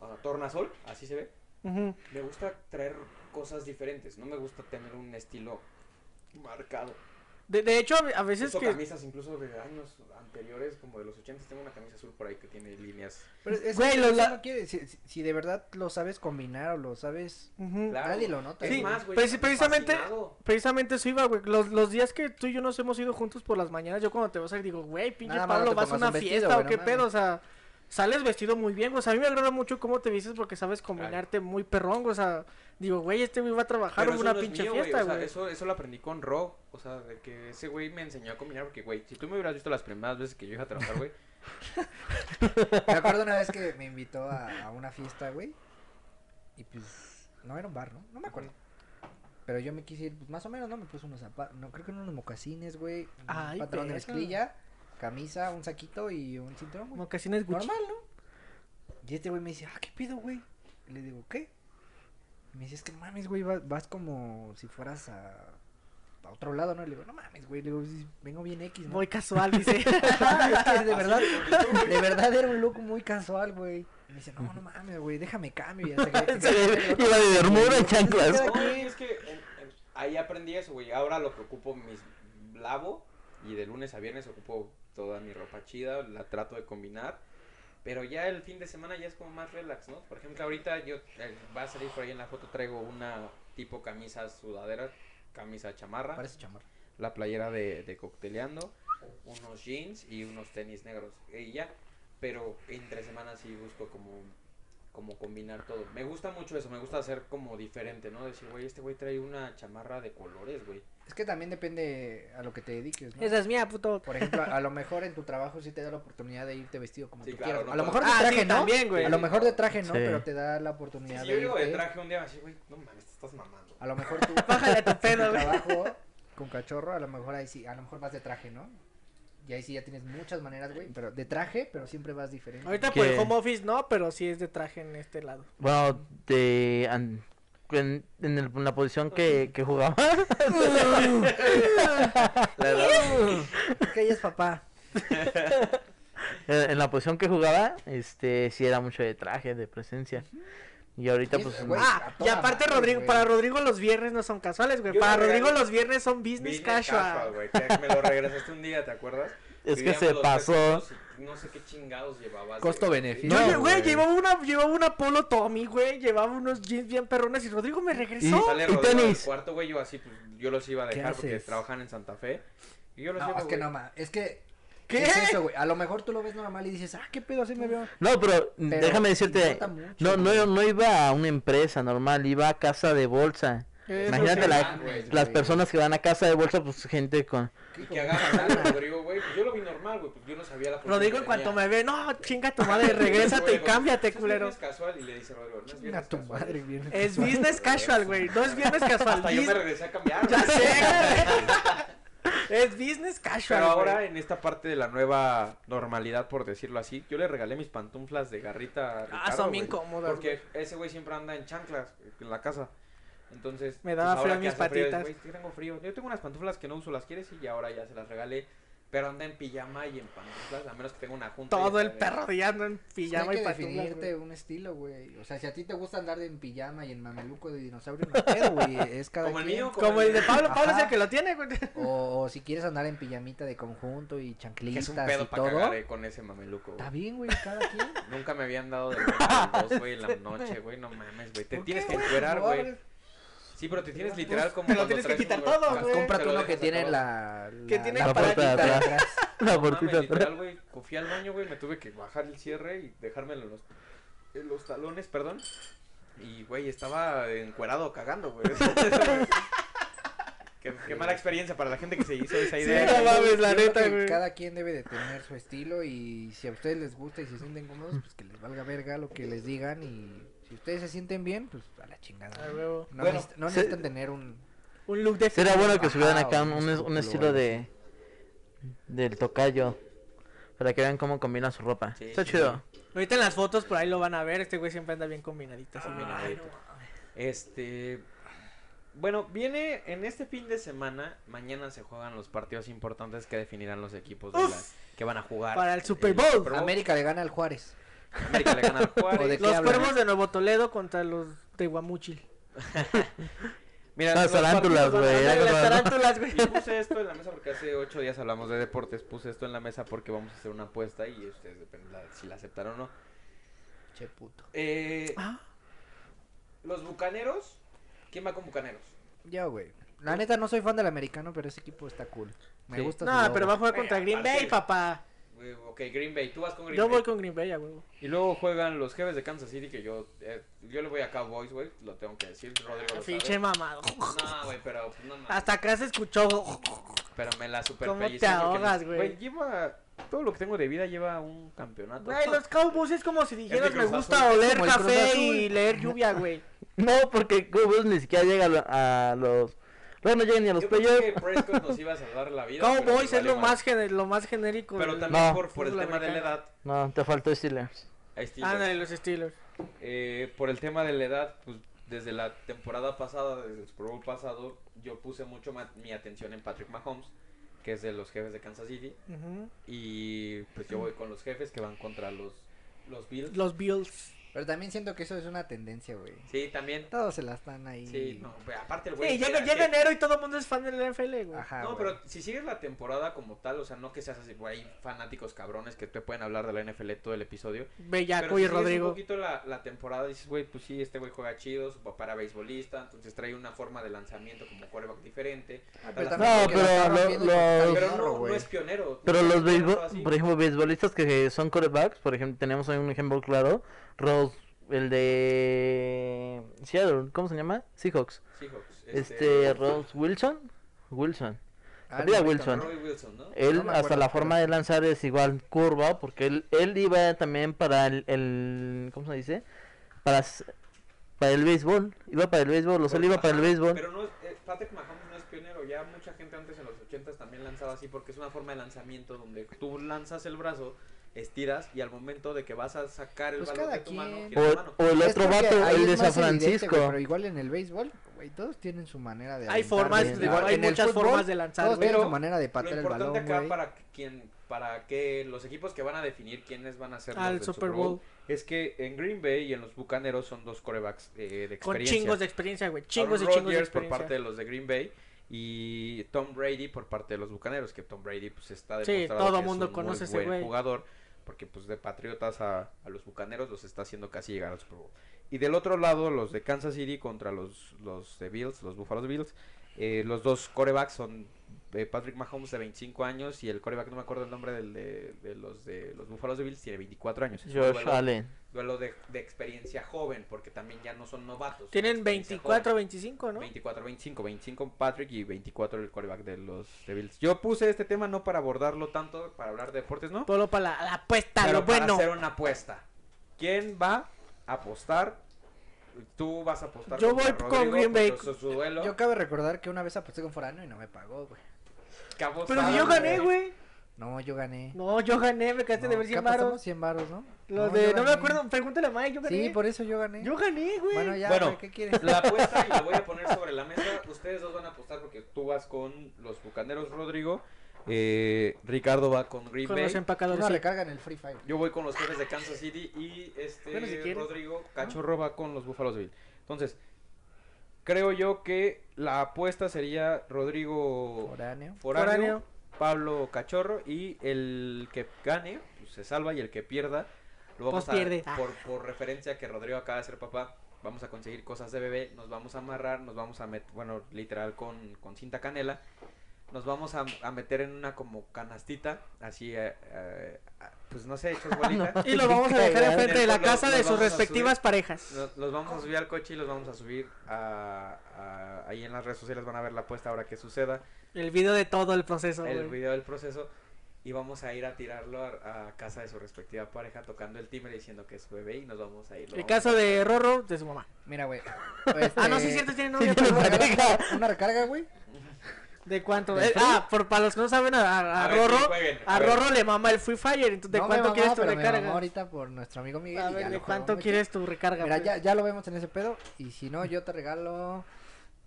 ah, tornasol? Así se ve. Ujú. Me gusta traer cosas diferentes, no me gusta tener un estilo marcado. De, de hecho, a- a veces Uso que. camisas incluso de años anteriores, como de los 80, tengo una camisa azul por ahí que tiene líneas. Pero es Güey, que los eso la- no quiere- si, si- si de verdad lo sabes combinar o lo sabes. Ujú. Claro. Nadie lo nota. Es Sí, más, güey, preci- precisamente- fascinado. Precisamente eso iba, güey. Los, los días que tú y yo nos hemos ido juntos por las mañanas, yo cuando te vas a digo, güey, pinche Nada más no Pablo, te vas a pongas una un vestido, fiesta o güey, no qué mames. pedo, o sea. sales vestido muy bien, güey. O sea, a mí me agrada mucho cómo te vistes porque sabes combinarte muy perrón, güey. O sea, digo, güey, este güey va a trabajar Pero eso una no es pinche mío, güey, fiesta, o sea, güey. eso, eso lo aprendí con Ro. O sea, de que ese güey me enseñó a combinar. Porque, güey, si tú me hubieras visto las primeras veces que yo iba a trabajar, güey. Me acuerdo una vez que me invitó a, a una fiesta, güey. Y pues, no era un bar, ¿no? No me acuerdo. Pero yo me quise ir, pues más o menos, ¿no? Me puse unos zapatos, no, creo que unos mocasines, güey. Ay, Un pantalón de verga. mezclilla, camisa, un saquito y un cinturón, güey. Mocasines Gucci. Normal, ¿no? Y este güey me dice, ah, ¿qué pido, güey? Y le digo, ¿qué? Y me dice, es que no mames, güey, vas, vas como si fueras a, a otro lado, ¿no? Y le digo, no mames, güey, le digo, "Sí, vengo bien X, ¿no? Muy casual, dice. Ajá, es que de verdad, de verdad era un look muy casual, güey. Y me dice, no, no mames, güey, déjame cambio. Y hasta que- Iba de bermuda en chanclas. No, güey, es que en- en- ahí aprendí eso, güey. Ahora lo que ocupo mis lavo y de lunes a viernes ocupo toda mi ropa chida, la trato de combinar. Pero ya el fin de semana ya es como más relax, ¿no? Por ejemplo, ahorita yo eh, va a salir por ahí en la foto traigo una tipo camisa sudadera, camisa chamarra, Parece chamar. la playera de, de cocteleando, unos jeans y unos tenis negros y ya. Pero entre semanas sí busco como como combinar todo. Me gusta mucho eso, me gusta hacer como diferente, ¿no? Decir, güey, este güey trae una chamarra de colores, güey. Es que también depende a lo que te dediques, ¿no? Esa es mía, puto. Por ejemplo, a, a lo mejor en tu trabajo sí te da la oportunidad de irte vestido como Sí, tú claro, quieras. no a lo puedo- mejor de Ah, sí, traje no. también, güey. A lo mejor de traje no, Sí. pero te da la Sí, oportunidad si de yo llego de irte. traje un día así, güey, no mames, te estás mamando. A lo mejor tú Bájale a tu en pedo, tu güey. trabajo con cachorro, a lo mejor ahí sí, a lo mejor vas de traje, ¿no? Y ahí sí ya tienes muchas maneras, güey, pero de traje, pero siempre vas diferente. Ahorita por el ¿Qué? home office no, pero sí es de traje en este lado. Bueno, de, an- en, en el- en la posición que, que jugaba. La verdad, que ella es papá. en en la posición que jugaba, este, sí era mucho de traje, de presencia. Y ahorita, Sí, pues, güey. ah, a y toda aparte madre, Rodrigo, güey. para Rodrigo los viernes no son casuales, güey. Yo Para le regalo- Rodrigo los viernes son business Vine casual. casual, güey, que me lo regresaste un día, ¿te acuerdas? Es que Vivíamos se los pasó. tres juntos y No sé qué chingados llevabas. de- Costo-beneficio. Yo, No, lle- güey, güey. llevaba una, llevaba una polo Tommy, güey, llevaba unos jeans bien perrones y Rodrigo me regresó. Sale Y Rodrigo tenis. del cuarto, güey, yo así, pues, yo los iba a ¿Qué dejar porque haces? trabajan en Santa Fe. Y yo los No, llevo, es que güey. no, ma, es que ¿Qué? es eso, güey. A lo mejor tú lo ves normal y dices, "Ah, qué pedo, así me veo." no, pero, Pero déjame decirte, importa mucho, no, no, güey. no iba a una empresa normal, iba a casa de bolsa. Eso Imagínate sí. la- Ah, güey. Las personas que van a casa de bolsa, pues, gente con... Y que agarran algo, Rodrigo, güey. Pues yo lo vi normal, güey. Pues yo no sabía la posición Rodrigo que en cuanto tenía. me ve, no, chinga tu madre, regrésate Güey, y güey, cámbiate, es culero. viernes casual y le dice Rodrigo, no Mira es viernes tu casual. madre, bien. Es business casual, güey, no es viernes casual. Hasta yo me bis- regresé a cambiar. Ya güey. sé, güey. Es business casual, Pero ahora güey. en esta parte de la nueva normalidad, por decirlo así, yo le regalé mis pantuflas de garrita a Ricardo, Ah, son güey, bien cómodas, güey. Porque ese güey siempre anda en chanclas en la casa. Entonces, pues, Me daba ahora frío que mis hace frío, patitas. dices, güey, tengo frío. Yo tengo unas pantuflas que no uso, las quieres y ahora ya se las regalé. Pero anda en pijama y en pantuflas, a menos que tenga una junta. Todo ya el sabes. perro de ando en Es que hay pijama y que patinillas, definirte güey. un estilo, güey. O sea, si a ti te gusta andar de en pijama y en mameluco de dinosaurio, no hay pedo, güey. Es cada Como el quien. mío, Como el de Pablo, Pablo es el Ajá. que lo tiene, güey. O, o si quieres andar en pijamita de conjunto y Que chanclitas es un y pedo para todo. cagar eh, con ese mameluco. güey. Está bien, güey, cada quien. Nunca me habían dado de al dos, güey, en la noche, güey. No mames, güey. Te ¿Por tienes qué, que güey? encuerar, No, güey. abres- Sí, pero te tienes literal como. Pues, te lo cuando tienes que traes un quitar todo, Uber. güey. Pues Cómprate Te lo uno que dejas tiene acabado. la, Que la- tiene la la puerta de palanquita de atrás. atrás. La No puertita mames, atrás. literal, güey. Cogí al baño, güey. Me tuve que bajar el cierre y dejármelo en los, en los talones, perdón. Y, güey, estaba encuerado cagando, güey. qué, qué mala experiencia para la gente que se hizo esa Sí, idea. no mames, la Yo creo neta, que güey. Cada quien debe de tener su estilo y si a ustedes les gusta y se sienten cómodos, pues que les valga verga lo que les digan y si ustedes se sienten bien, pues a la chingada. A huevo. No, Bueno, necesitan, no se- necesitan tener un... Un look de Sería bueno que subieran Ajá, acá un un, un- un escrúpulo, estilo algo de del tocayo para que vean cómo combina su ropa. Sí, Está sí, chido. Ahorita en las fotos por ahí lo van a ver, este güey siempre anda bien combinadito. así, mira. Ay, no mames. Este. Bueno, viene en este fin de semana. Mañana se juegan los partidos importantes que definirán los equipos de Uf. la- que van a jugar. Para el Super Bowl. América le gana al Juárez. América le gana al Juárez. ¿O de qué Los hablan? cuervos de Nuevo Toledo contra los de Guamuchil. Mira, los Las tarántulas, partidos van a- güey. era Ándale, como- Las tarántulas, güey. Y puse esto en la mesa porque hace ocho días hablamos de deportes. Puse esto en la mesa porque vamos a hacer una apuesta y ustedes depende la- si la aceptaron o no. Che puto. Eh, Ah. los bucaneros. ¿Quién va con bucaneros? Ya, güey. La neta no soy fan del americano, pero ese equipo está cool. Me Sí. gusta su No, logo. pero va a jugar contra Güey, Green Bay, aparte- papá. eh, ok, Green Bay, tú vas con Green Yo Bay. voy con Green Bay, a huevo. Y luego juegan los jefes de Kansas City, que yo, eh, yo le voy a Cowboys, güey, lo tengo que decir, Rodrigo lo Pinche sabe. mamado. No, güey, pero pues, no mames. Hasta acá se escuchó. Pero me la super Ah, ¿Cómo te ahogas, güey? Güey, lleva. Todo lo que tengo de vida lleva un campeonato. Güey, los Cowboys es como si dijeras que me Cruz gusta Azul". oler Como el Cruz café Azul. y leer lluvia, güey. No, porque Cowboys ni siquiera llega a lo- a, los. Luego no llegan ni a los Yo pensé que playoffs. Prescott nos iba a salvar la vida. pero Cowboys nos es lo valió madre. más, gene- lo más genérico. Pero del- también No. por, por el Fútbol tema de la americano. edad. No, te faltó Steelers. ahí Steelers. Ándale, los Steelers. Eh, por el tema de la edad, pues desde la temporada pasada, desde el Super Bowl pasado, yo puse mucho ma- mi atención en Patrick Mahomes, que es de los jefes de Kansas City. Ujú. Y pues yo voy con los jefes que van contra los, los Bills. Los Bills. Pero también siento que eso es una tendencia, güey. Sí, también. Todos se la están ahí. Sí, no, pero aparte el güey. eh. Ah. Sí, llega, era llega que- enero y todo el mundo es fan del NFL, güey. Ajá, no, Ah, güey. pero si sigues la temporada como tal, o sea, no que seas así, güey, hay fanáticos cabrones que te pueden hablar de la NFL todo el episodio. Pero Bellaco si y sigues un Rodrigo. poquito la, la temporada, dices, güey, pues sí, este güey juega chido, su papá era beisbolista, entonces trae una forma de lanzamiento como quarterback diferente. Ah, pero No, también porque la pero están lo- rompiendo y lo- porque está Pero bien no, morro, no güey. es pionero. Pero No los es pionero, beisbol, así. por ejemplo, beisbolistas que son quarterbacks, por ejemplo, tenemos ahí un ejemplo claro, Ross, el de Seattle, ¿cómo se llama? Seahawks. Seahawks, Este, Ross Wilson, Wilson. Ah, Olvida no, Wilson. Roy Wilson, ¿no? Él No me hasta acuerdo, la pero- forma de lanzar es igual curva, porque él, él iba también para el, el- ¿cómo se dice? Para s- para el béisbol, iba para el béisbol, o sea, él iba para el Ajá, béisbol. Pero no es, eh, Patrick Mahomes no es pionero. Ya mucha gente antes en los 80 también lanzaba así porque es una forma de lanzamiento donde tú lanzas el brazo, estiras y al momento de que vas a sacar el Pues balón de cada tu mano, quien. giras la mano. O, o el Es otro porque vato, ahí el de es San más evidente, Francisco. güey, pero igual en el béisbol, güey, todos tienen su manera de Hay aventar, formas, güey. de- Igual hay en el muchas fútbol, formas de lanzar, Todos güey. tienen su manera de Lo patear el importante balón, acá güey. para que quien, para que los equipos que van a definir quiénes van a ser los Al del Super Bowl. es que en Green Bay y en los Bucaneros son dos corebacks eh, de Con experiencia. chingos de experiencia, güey. Aaron Chingos y chingos de Rodgers por experiencia. parte de los de Green Bay y Tom Brady por parte de los Bucaneros, que Tom Brady pues está Sí, demostrado todo que mundo es un muy conoce a ese buen güey. jugador, porque pues de Patriotas a, a los Bucaneros los está haciendo casi llegar al Super Bowl. Y del otro lado, los de Kansas City contra los, los de Bills, los Buffalo Bills, eh, los dos corebacks son eh, Patrick Mahomes de 25 años y el coreback, no me acuerdo el nombre del de, de los de los Buffalo Bills, tiene 24 años. Es un Josh duelo- Allen. duelo de, de experiencia joven, porque también ya no son novatos. son Tienen experiencia 24, 25, ¿no? 24, 25, 25 Patrick y 24 el coreback de los de Bills. Yo puse este tema no para abordarlo tanto, para hablar de deportes, ¿no? Polo para la, la apuesta, Pero Pues, lo para bueno. hacer una apuesta. ¿Quién va a apostar? Tú vas a apostar. Yo contra voy con Rodrigo, Green Bay. porque eso es su duelo. Yo cabe recordar que una vez aposté con Forano y no me pagó, güey. Que apostaron, Pero si yo güey. gané, güey. No, yo gané. No, yo gané, me quedaste de ver ¿qué 100 apostamos? baros. 100 varos, ¿no? Los yo de, no me gané. acuerdo, pregúntale a Mike, yo gané. Sí, por eso yo gané. Yo gané, güey. Bueno, ya, Bueno. güey, ¿qué quieres? La apuesta y la voy a poner sobre la mesa. Ustedes dos van a apostar porque tú vas con los bucaneros, Rodrigo. Eh, Ricardo va con Green Con Bay. los empacadores. No sí. recargan el Free Fire. Yo voy con los jefes de Kansas City y este Bueno, si quieres. Rodrigo Cachorro va con los Buffalo Bills. Entonces, creo yo que la apuesta sería Rodrigo Foráneo. Foráneo, Foráneo. Pablo Cachorro y el que gane pues, se salva y el que pierda lo vamos Pues a pierde. por, por referencia que Rodrigo acaba de ser papá. Vamos a conseguir cosas de bebé, nos vamos a amarrar, nos vamos a meter, bueno, literal con, con cinta canela nos vamos a, a meter en una como canastita, así, eh, eh, pues no sé, hechos bolita. Ah, Y lo vamos a dejar Cagado. enfrente de la Los- casa los de sus vamos a respectivas subir. parejas. Nos- los vamos a subir al coche y los vamos a subir a, a- ahí en las redes sociales van a ver la apuesta ahora que suceda, El video de todo el proceso, el güey. video del proceso y vamos a ir a tirarlo a, a casa de su respectiva pareja tocando el timbre diciendo que es su bebé y nos vamos a ir. lo El vamos a- caso de Rorro, de su mamá. Mira, güey. Ah, no, este, sí, cierto, tiene Sí, novia. tiene pero- novia. recarga- Una recarga, güey. ¿De cuánto? ¿De Eh, free? ah, por, para los que no saben, a, a- a A ver, sí, Rorro, jueguen, a a ver. Rorro le mama el Free Fire. Entonces, ¿de No me cuánto mamó, quieres tu pero me recarga? mamó ahorita por nuestro amigo Miguel. A y ya ver, lo ¿de jugamos cuánto aquí. quieres tu recarga? Mira, pues? ya, ya lo vemos en ese pedo. Y si no, yo te regalo.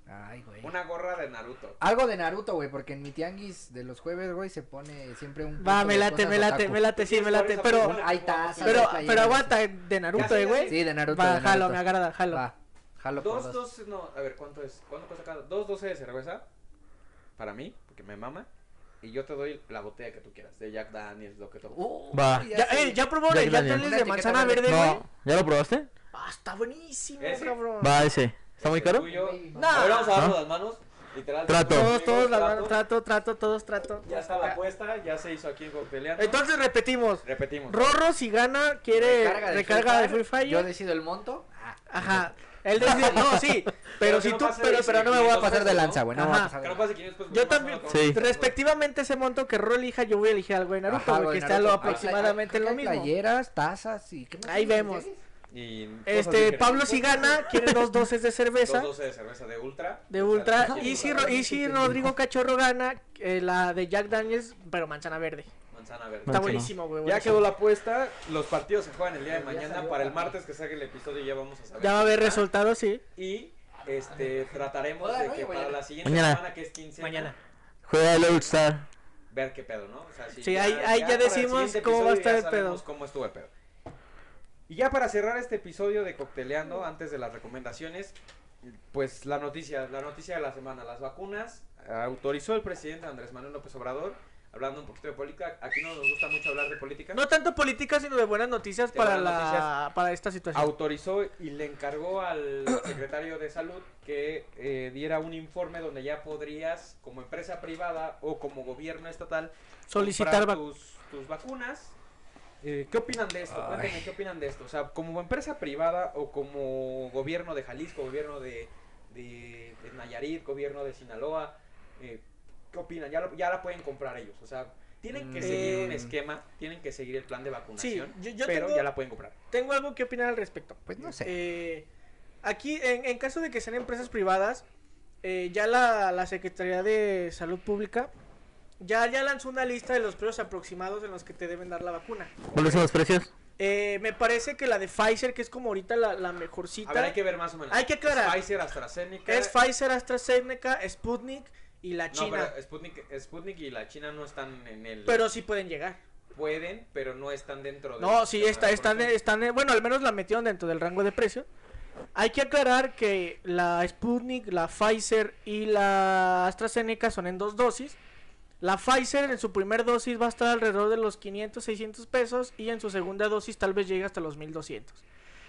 Ay, güey. Una gorra de Naruto. Algo de Naruto, güey, porque en mi tianguis de los jueves, güey, se pone siempre un. Va, punto me de late, cosas me late, otaku. me late, sí, me late. Historias Pero, apuntadas, Ahí está, jugamos. sale. pero, playeras, pero sí. aguanta, de Naruto, Ya, eh, ya, güey. Sí, de Naruto. Va, de jalo, Naruto. me agrada, jalo. Va, jalo por Dos, dos. dos, no, a ver, ¿cuánto es? ¿Cuánto cuesta cada? Dos doce de cerveza para mí, porque me mama. Y yo te doy la botella que tú quieras, de Jack Daniels, lo que tú. Uh, Va. Ya, eh, ya probó Ya el que la Jack llevo. Daniels de Una manzana etiqueta verde, verde. güey. No, ¿ya lo probaste? Ah, está buenísimo, Ese. cabrón. Va ese. ¿Está muy El caro? tuyo. Baby, No. Ahora vamos a darnos ¿No? las manos. Literal, Trato. Ah. Todos, todos, la trato, mano, trato, trato, todos, trato. Ya está la apuesta, ya se hizo aquí en Coctelear. Entonces repetimos. Repetimos. Rorro si gana quiere recarga de, Free Fire. Yo decido el monto. Ajá. Él decide, no, sí, pero Pero si que no tú pase pero, de pero no me voy a pasar de lanza. güey. no voy a pasar Que no pase 500 pesos, Yo más o también. menos, Sí. como- Respectivamente ese monto que Rorro elija, yo voy a elegir algo de Naruto, Ajá, güey, güey, que está lo Naruto. aproximadamente Creo que lo hay mismo. Playeras, tazas y ¿qué más Ahí tiene? vemos. ¿Tenis? Y cosas Este, diferentes. Pablo si gana quiere dos doces de cerveza. Dos doce de cerveza de Ultra. De Ultra. Ajá. Y si, Ro- y si Rodrigo Cachorro gana, eh, la de Jack Daniels, pero manzana verde. Manzana verde. Está Manzana. buenísimo, güey. Ya buenísimo. quedó la apuesta. Los partidos se juegan el día de Ya mañana. salió Para la- el martes que salga el episodio ya vamos a saber. Ya va a haber quién resultados, sí. Y este trataremos Joder, de oye, que para mañana. la siguiente Mañana. semana que es 15 Mañana. Juega el All Star. ver qué pedo, ¿no? O sea, si Sí, ahí- ahí ya para el decimos siguiente cómo va a episodio estar ya el pedo. sabemos cómo estuvo el pedo. Y ya para cerrar este episodio de Cocteleando, antes de las recomendaciones, pues la noticia, la noticia de la semana, las vacunas, autorizó el presidente Andrés Manuel López Obrador, hablando un poquito de política, aquí no nos gusta mucho hablar de política, No tanto política, sino de buenas noticias De para buenas la para esta situación. autorizó y le encargó al secretario de salud que eh, diera un informe donde ya podrías, como empresa privada o como gobierno estatal, Solicitar comprar vac- tus, tus vacunas. Eh, ¿Qué opinan de esto? Cuéntenme, ¿qué opinan de esto? O sea, como empresa privada o como gobierno de Jalisco, gobierno de, de, de Nayarit, gobierno de Sinaloa, eh, ¿qué opinan? Ya, lo- ya la pueden comprar ellos. O sea, tienen que seguir un Mm. esquema, tienen que seguir el plan de vacunación, Eh. yo- yo pero tengo- ya la pueden comprar. Tengo algo que opinar al respecto. Pues no sé. Eh, aquí, en, en caso de que sean empresas privadas, eh, ya la, la Secretaría de Salud Pública ya, ya lanzó una lista de los precios aproximados en los que te deben dar la vacuna. ¿Cuáles son los precios? Eh, me parece que la de Pfizer, que es como ahorita la, la mejorcita, A ver, hay que ver más o menos. Hay que aclarar. Es Pfizer, AstraZeneca. es Pfizer, AstraZeneca, Sputnik y la No, China. pero eh, pero, Sputnik, Sputnik y la China no están en el... sí pueden llegar. Pueden, pero no están dentro de... No, sí, está, están, están, eh, bueno, al menos la metieron dentro del rango de precio. Hay que aclarar que la Sputnik, la Pfizer y la AstraZeneca son en dos dosis. La Pfizer en su primer dosis va a estar alrededor de los 500, 600 pesos y en su segunda dosis tal vez llegue hasta los 1200.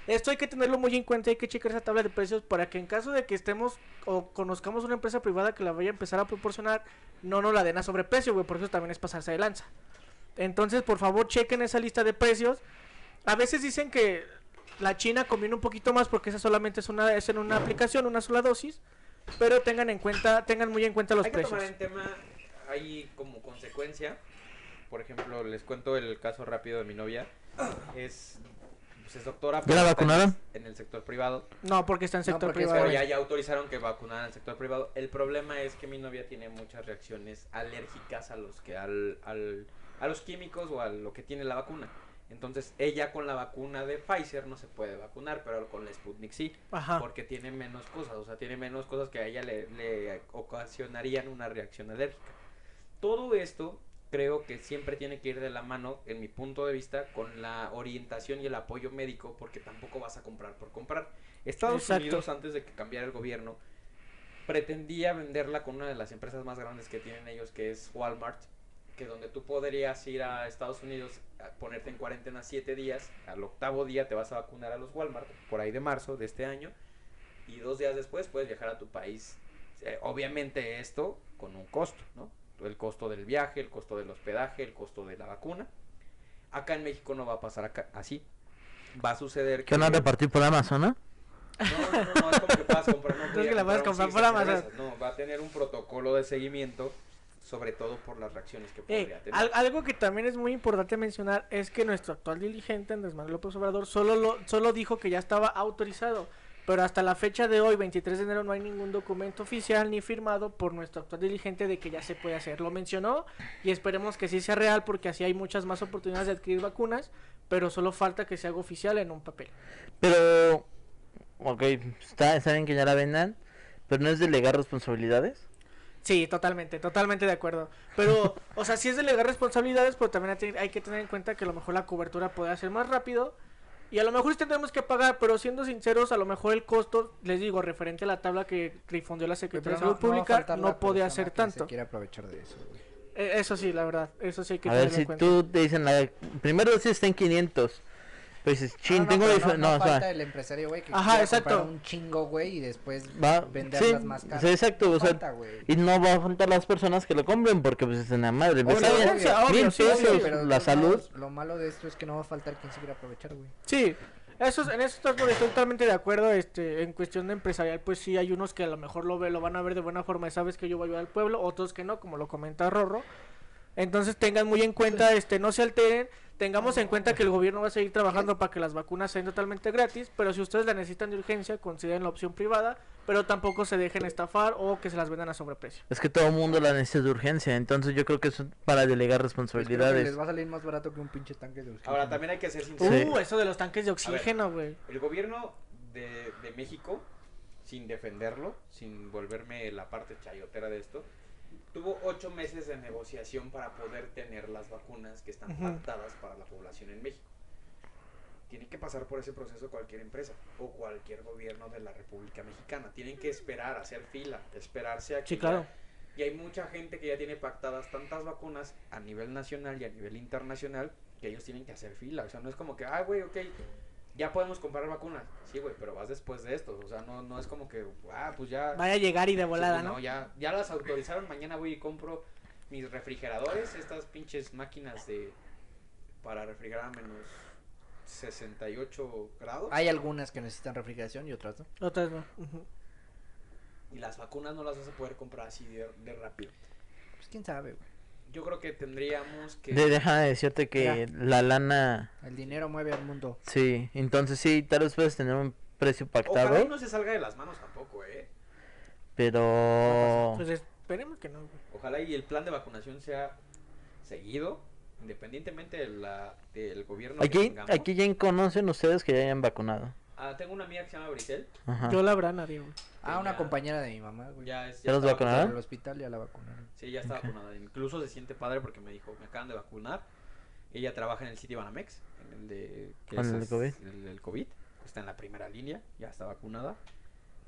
Esto hay que tenerlo muy en cuenta, hay que checar esa tabla de precios para que en caso de que estemos o conozcamos una empresa privada que la vaya a empezar a proporcionar, no nos la den a sobreprecio, güey, por eso también es pasarse de lanza. Entonces, por favor, chequen esa lista de precios. A veces dicen que la China conviene un poquito más porque esa solamente es una es en una aplicación, una sola dosis, pero tengan en cuenta, tengan muy en cuenta los Hay precios. que tomar en tema ahí como consecuencia. Por ejemplo, les cuento el caso rápido de mi novia. Es, pues es doctora. pero la está vacunaron? En, en el sector privado. No, porque está en No, sector porque es privado. Pero ya, ya autorizaron que vacunaran al sector privado. El problema es que mi novia tiene muchas reacciones alérgicas a los que al, al- a los químicos o a lo que tiene la vacuna. Entonces, ella con la vacuna de Pfizer no se puede vacunar, pero con la Sputnik sí Ajá. porque tiene menos cosas, o sea, tiene menos cosas que a ella le, le ocasionarían una reacción alérgica. Todo esto creo que siempre tiene que ir de la mano, en mi punto de vista, con la orientación y el apoyo médico, porque tampoco vas a comprar por comprar. Estados Exacto. Unidos, antes de que cambiara el gobierno, pretendía venderla con una de las empresas más grandes que tienen ellos, que es Walmart, que donde tú podrías ir a Estados Unidos, a ponerte en cuarentena siete días, al octavo día te vas a vacunar a los Walmart, por ahí de marzo de este año, y dos días después puedes viajar a tu país. Eh, obviamente esto con un costo, ¿no? El costo del viaje, el costo del hospedaje, el costo de la vacuna. Acá en México no va a pasar acá- así. Va a suceder ¿Qué que... van a repartir por Amazon, no? No, no, no, no, es como que puedas comprar, no Creo voy a que la puedes comprar un six de comprar por Amazon. cervezas, No, va a tener un protocolo de seguimiento, sobre todo por las reacciones que Eh, podría tener. al- algo que también es muy importante mencionar es que nuestro actual dirigente, Andrés Manuel López Obrador, solo, lo, solo dijo que ya estaba autorizado, pero hasta la fecha de hoy, 23 de enero, no hay ningún documento oficial ni firmado por nuestro actual dirigente de que ya se puede hacer. Lo mencionó y esperemos que sí sea real porque así hay muchas más oportunidades de adquirir vacunas, pero solo falta que se haga oficial en un papel. Pero, ok, está, está bien que ya la vendan, pero no es delegar responsabilidades. Sí, totalmente, totalmente de acuerdo. Pero, o sea, sí es delegar responsabilidades, pero también hay que- hay que tener en cuenta que a lo mejor la cobertura puede ser más rápido. Y a lo mejor sí tendremos que pagar, pero siendo sinceros, a lo mejor el costo, les digo, referente a la tabla que difundió la Güey, pero Secretaría de Salud va a Pública, faltar no, la podía persona hacer que tanto. Se quiere aprovechar de eso, güey. Eh, Eso sí, la verdad, eso sí hay que A tenerlo ver, si en cuenta. tú te dicen la primera dosis está en 500, Pues dices, chin, Ah, no, tengo pero dife- no, no no, o sea, falta el empresario, güey, que Ajá, quiera exacto. comprar un chingo, güey, y después va, venderlas sí, más sí, caras. exacto, o sea, Falta, güey. y no va a faltar las personas que lo compren porque pues es una madre, pues, Obvio, está bien, obvio, obvio, mil sí, Obvio, pesos, pero de la todos salud, modos, lo malo de esto es que no va a faltar quien se quiera aprovechar, güey. Sí, eso, es- en eso estoy to- estoy totalmente de acuerdo. Este, en cuestión de empresarial, pues sí, hay unos que a lo mejor lo, ve, lo van a ver de buena forma y sabes que yo voy a ayudar al pueblo, otros que no, como lo comenta Rorro. Entonces tengan muy en cuenta, este, no se alteren, tengamos en cuenta que el gobierno va a seguir trabajando para que las vacunas sean totalmente gratis, pero si ustedes la necesitan de urgencia, consideren la opción privada, pero tampoco se dejen estafar o que se las vendan a sobreprecio. es que todo el mundo la necesita de urgencia, entonces yo creo que es para delegar Pues creo que responsabilidades. les va a salir más barato que un pinche tanque de urgencia. Ahora, también hay que ser sinceros. Sí. Uh, eso de los tanques de oxígeno, güey. El gobierno de, de México, sin defenderlo, sin volverme la parte chayotera de esto, tuvo ocho meses de negociación para poder tener las vacunas que están Ujú. pactadas para la población en México. Tiene que pasar por ese proceso cualquier empresa o cualquier gobierno de la República Mexicana. Tienen que esperar, hacer fila, esperarse a que Sí, ya- claro. y hay mucha gente que ya tiene pactadas tantas vacunas a nivel nacional y a nivel internacional que ellos tienen que hacer fila. O sea, no es como que, ah, güey, ok, ya podemos comprar vacunas. Sí, güey, pero vas después de esto. O sea, no, no es como que, ah, pues ya. Vaya a llegar y de volada, sí, ¿no? ya, ya las autorizaron. Mañana voy y compro mis refrigeradores, estas pinches máquinas de. para refrigerar a menos 68 grados. Hay algunas que necesitan refrigeración y otras no. Otras no. Ujú. Y las vacunas no las vas a poder comprar así de, de rápido. Pues quién sabe, güey. Yo creo que tendríamos que. De, deja de decirte que la lana, El dinero mueve al mundo. sí, entonces sí, tal vez puedes tener un precio pactado, Ojalá y no se salga de las manos tampoco, ¿eh? pero... Oh. Pues esperemos que no, güey. Ojalá y el plan de vacunación sea seguido, independientemente de la, del gobierno que Aquí, tengamos. aquí ya conocen ustedes que ya hayan vacunado. Ah, tengo una amiga que se llama Brisel. Ajá. Yo la verdad nadie, güey. Ah, una Ya. compañera de mi mamá, güey. Ya, es, ¿Ya los está vacunaron? En vacunada. el hospital ya la vacunaron. Sí, ya está Ok. vacunada. Incluso se siente padre porque me dijo, me acaban de vacunar. Ella trabaja en el City Banamex, en el de... que ¿Con es- el es COVID? El, del COVID. Está en la primera línea, ya está vacunada.